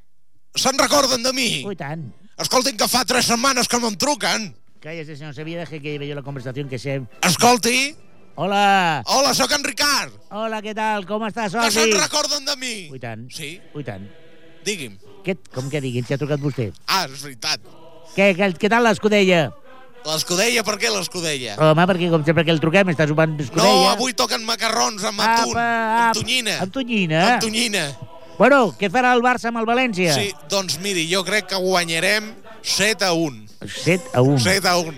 se'n recorden de mi? Uy, tan. Escolti'm, que fa tres setmanes que me'n truquen. Cállese, señor Sevilla, deje que lleve yo la conversación que sea... Escolti, Hola, hola, sóc en Ricard. hola, ¿qué tal? ¿Cómo estás, Que se'n Osi? recorden de mi? Uy, tan. Sí, Uy, tan. digui'm. Què, com que diguin? S'ha trucat vostè. Ah, és veritat. Què, què, què tal l'escudella? L'escudella, per què l'escudella? Home, perquè com sempre que el truquem està sopant No, escudella. avui toquen macarrons amb Apa, atún, amb apa. tonyina. Amb tonyina. eh? Amb tonyina. Bueno, què farà el Barça amb el València? Sí, doncs miri, jo crec que guanyarem 7 a 1. 7 a 1. 7 a 1.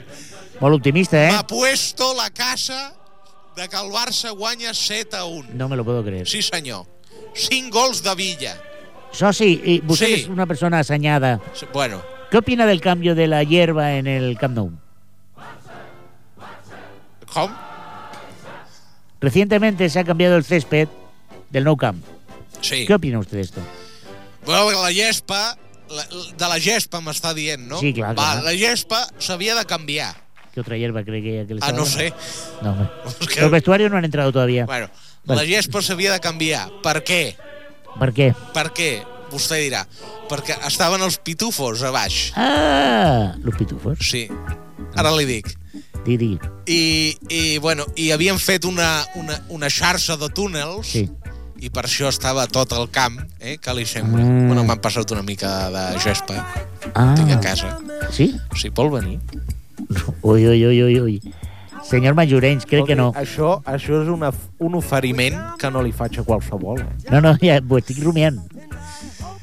Molt optimista, M'ha ¿eh? puesto la casa de que el Barça guanya 7 a 1. No me lo puedo creer. Sí, senyor. 5 gols de Villa. Sosi, y usted Sí. es una persona asañada. Sí, Bueno, ¿Qué opina del cambio de la hierba en el Camp Nou? com? Recientemente se ha cambiado el césped del Nou Camp. Sí. ¿Qué opina usted de esto? Bueno, la gespa... La, de la gespa m'està dient, no? Sí, clar, Va, clar. la gespa s'havia de canviar. ¿Qué otra hierba cree que hay que le Ah, está no dando? sé. No, hombre. És que- Los vestuarios no han entrado todavía. Bueno, Vale. la gespa s'havia de canviar. Per què? ¿Por qué? Per què? Vostè dirà. Perquè estaven els pitufos a baix. ¡Ah! Los pitufos. Sí, ara li dic. Didi. I, i, bueno, i havien fet una, una, una xarxa de túnels Sí. i per això estava tot el camp, eh? que li sembla? Mm. Bueno, m'han passat una mica de gespa. Ah. Tinc a casa. ¿Sí? Si vol venir. Uy, uy, uy, uy, uy. Señor Mayurens, cree que no. Això, això és una, un oferiment que no li faig a qualsevol. Eh? No, no, ja, ho estic rumiant.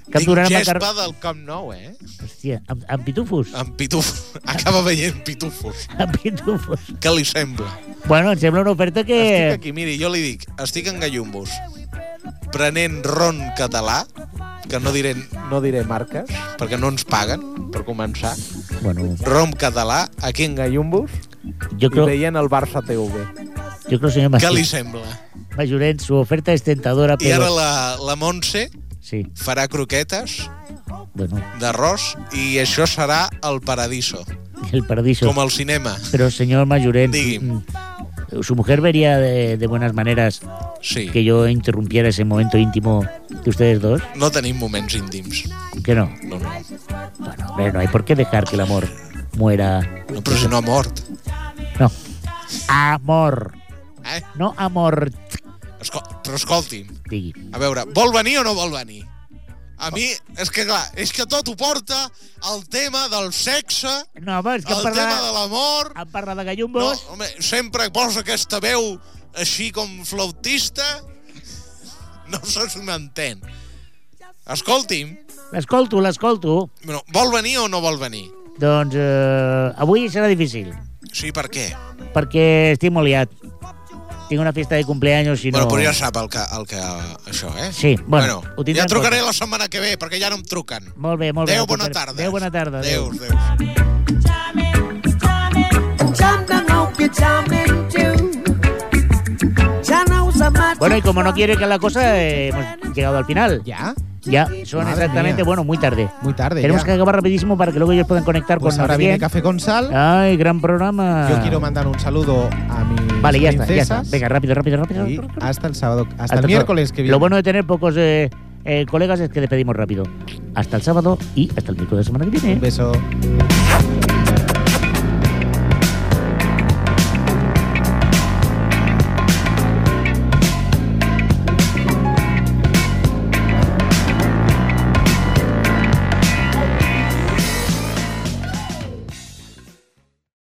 Que em Tinc donaran gespa macarrons... del Camp Nou, eh? Hòstia, amb, amb pitufos. Amb [LAUGHS] pitufos. Acaba veient pitufos. Amb pitufos. Què li sembla? Bueno, em sembla una oferta Estic que... aquí, miri, jo li dic, estic en Gallumbos, prenent ron català, que no diré No diré marques, perquè no ens paguen, per començar, Bueno, ron català, aquí en Gallumbos. gallumbos, yo i creo, veien el Barça TV. yo creo, señor Què li Mas- sembla? Mayurens, su oferta es tentadora, I ara pero... la, la Montse Sí, farà croquetes bueno, d'arròs i això serà el paradiso, el paradiso. com al cinema. Pero, señor Mayurens, Digui. mm, su mujer vería de, de buenas maneras Sí, que yo interrumpiera ese momento íntimo de ustedes dos. no tenim moments íntims. Que no. No, no. Bueno, hombre, no hay por qué dejar que el amor muera. no però si no ha mort. No. Amor. Eh? No amor. Esco però escolti'm, Digui. A veure, vol venir o no vol venir? A mi, és que clar, és que tot ho porta al tema del sexe, No, home, és que al em tema de parla, l'amor... em parla de No, gallumbos. home, sempre posa aquesta veu així com flautista. No sé si m'entén. Escolti'm, L'escolto, l'escolto. bueno, vol venir o no vol venir? Doncs eh, avui serà difícil, Sí, per què? perquè estic molt liat. Tinc una festa de cumpleaños i No. Bueno, no... però ja sap el que, el que això, eh? Sí, bueno, ho tindrà ja en trucaré compte. la setmana que ve, perquè ja no em truquen. Molt bé, molt bé. Adéu, ho bona compraré. tarda. Adéu, bona tarda. Adéu. Adéu, adéu. Bueno, y como no quiere que la cosa, eh, hemos llegado al final. ¿Ya? Ya, son Madre exactamente, mía. bueno, muy tarde. Muy tarde. Tenemos que ya. acabar rapidísimo para que luego ellos puedan conectar Pues con ahora viene alguien. Café con Sal. Ay, gran programa. Yo quiero mandar un saludo a mis Vale, ya está, ya princesas. está. Venga, rápido, rápido, rápido. Y Hasta hasta el sábado, hasta, el todo. miércoles que viene. Lo bueno de tener pocos eh, eh, colegas es que despedimos rápido. Hasta el sábado y hasta el miércoles de semana que viene. Un beso.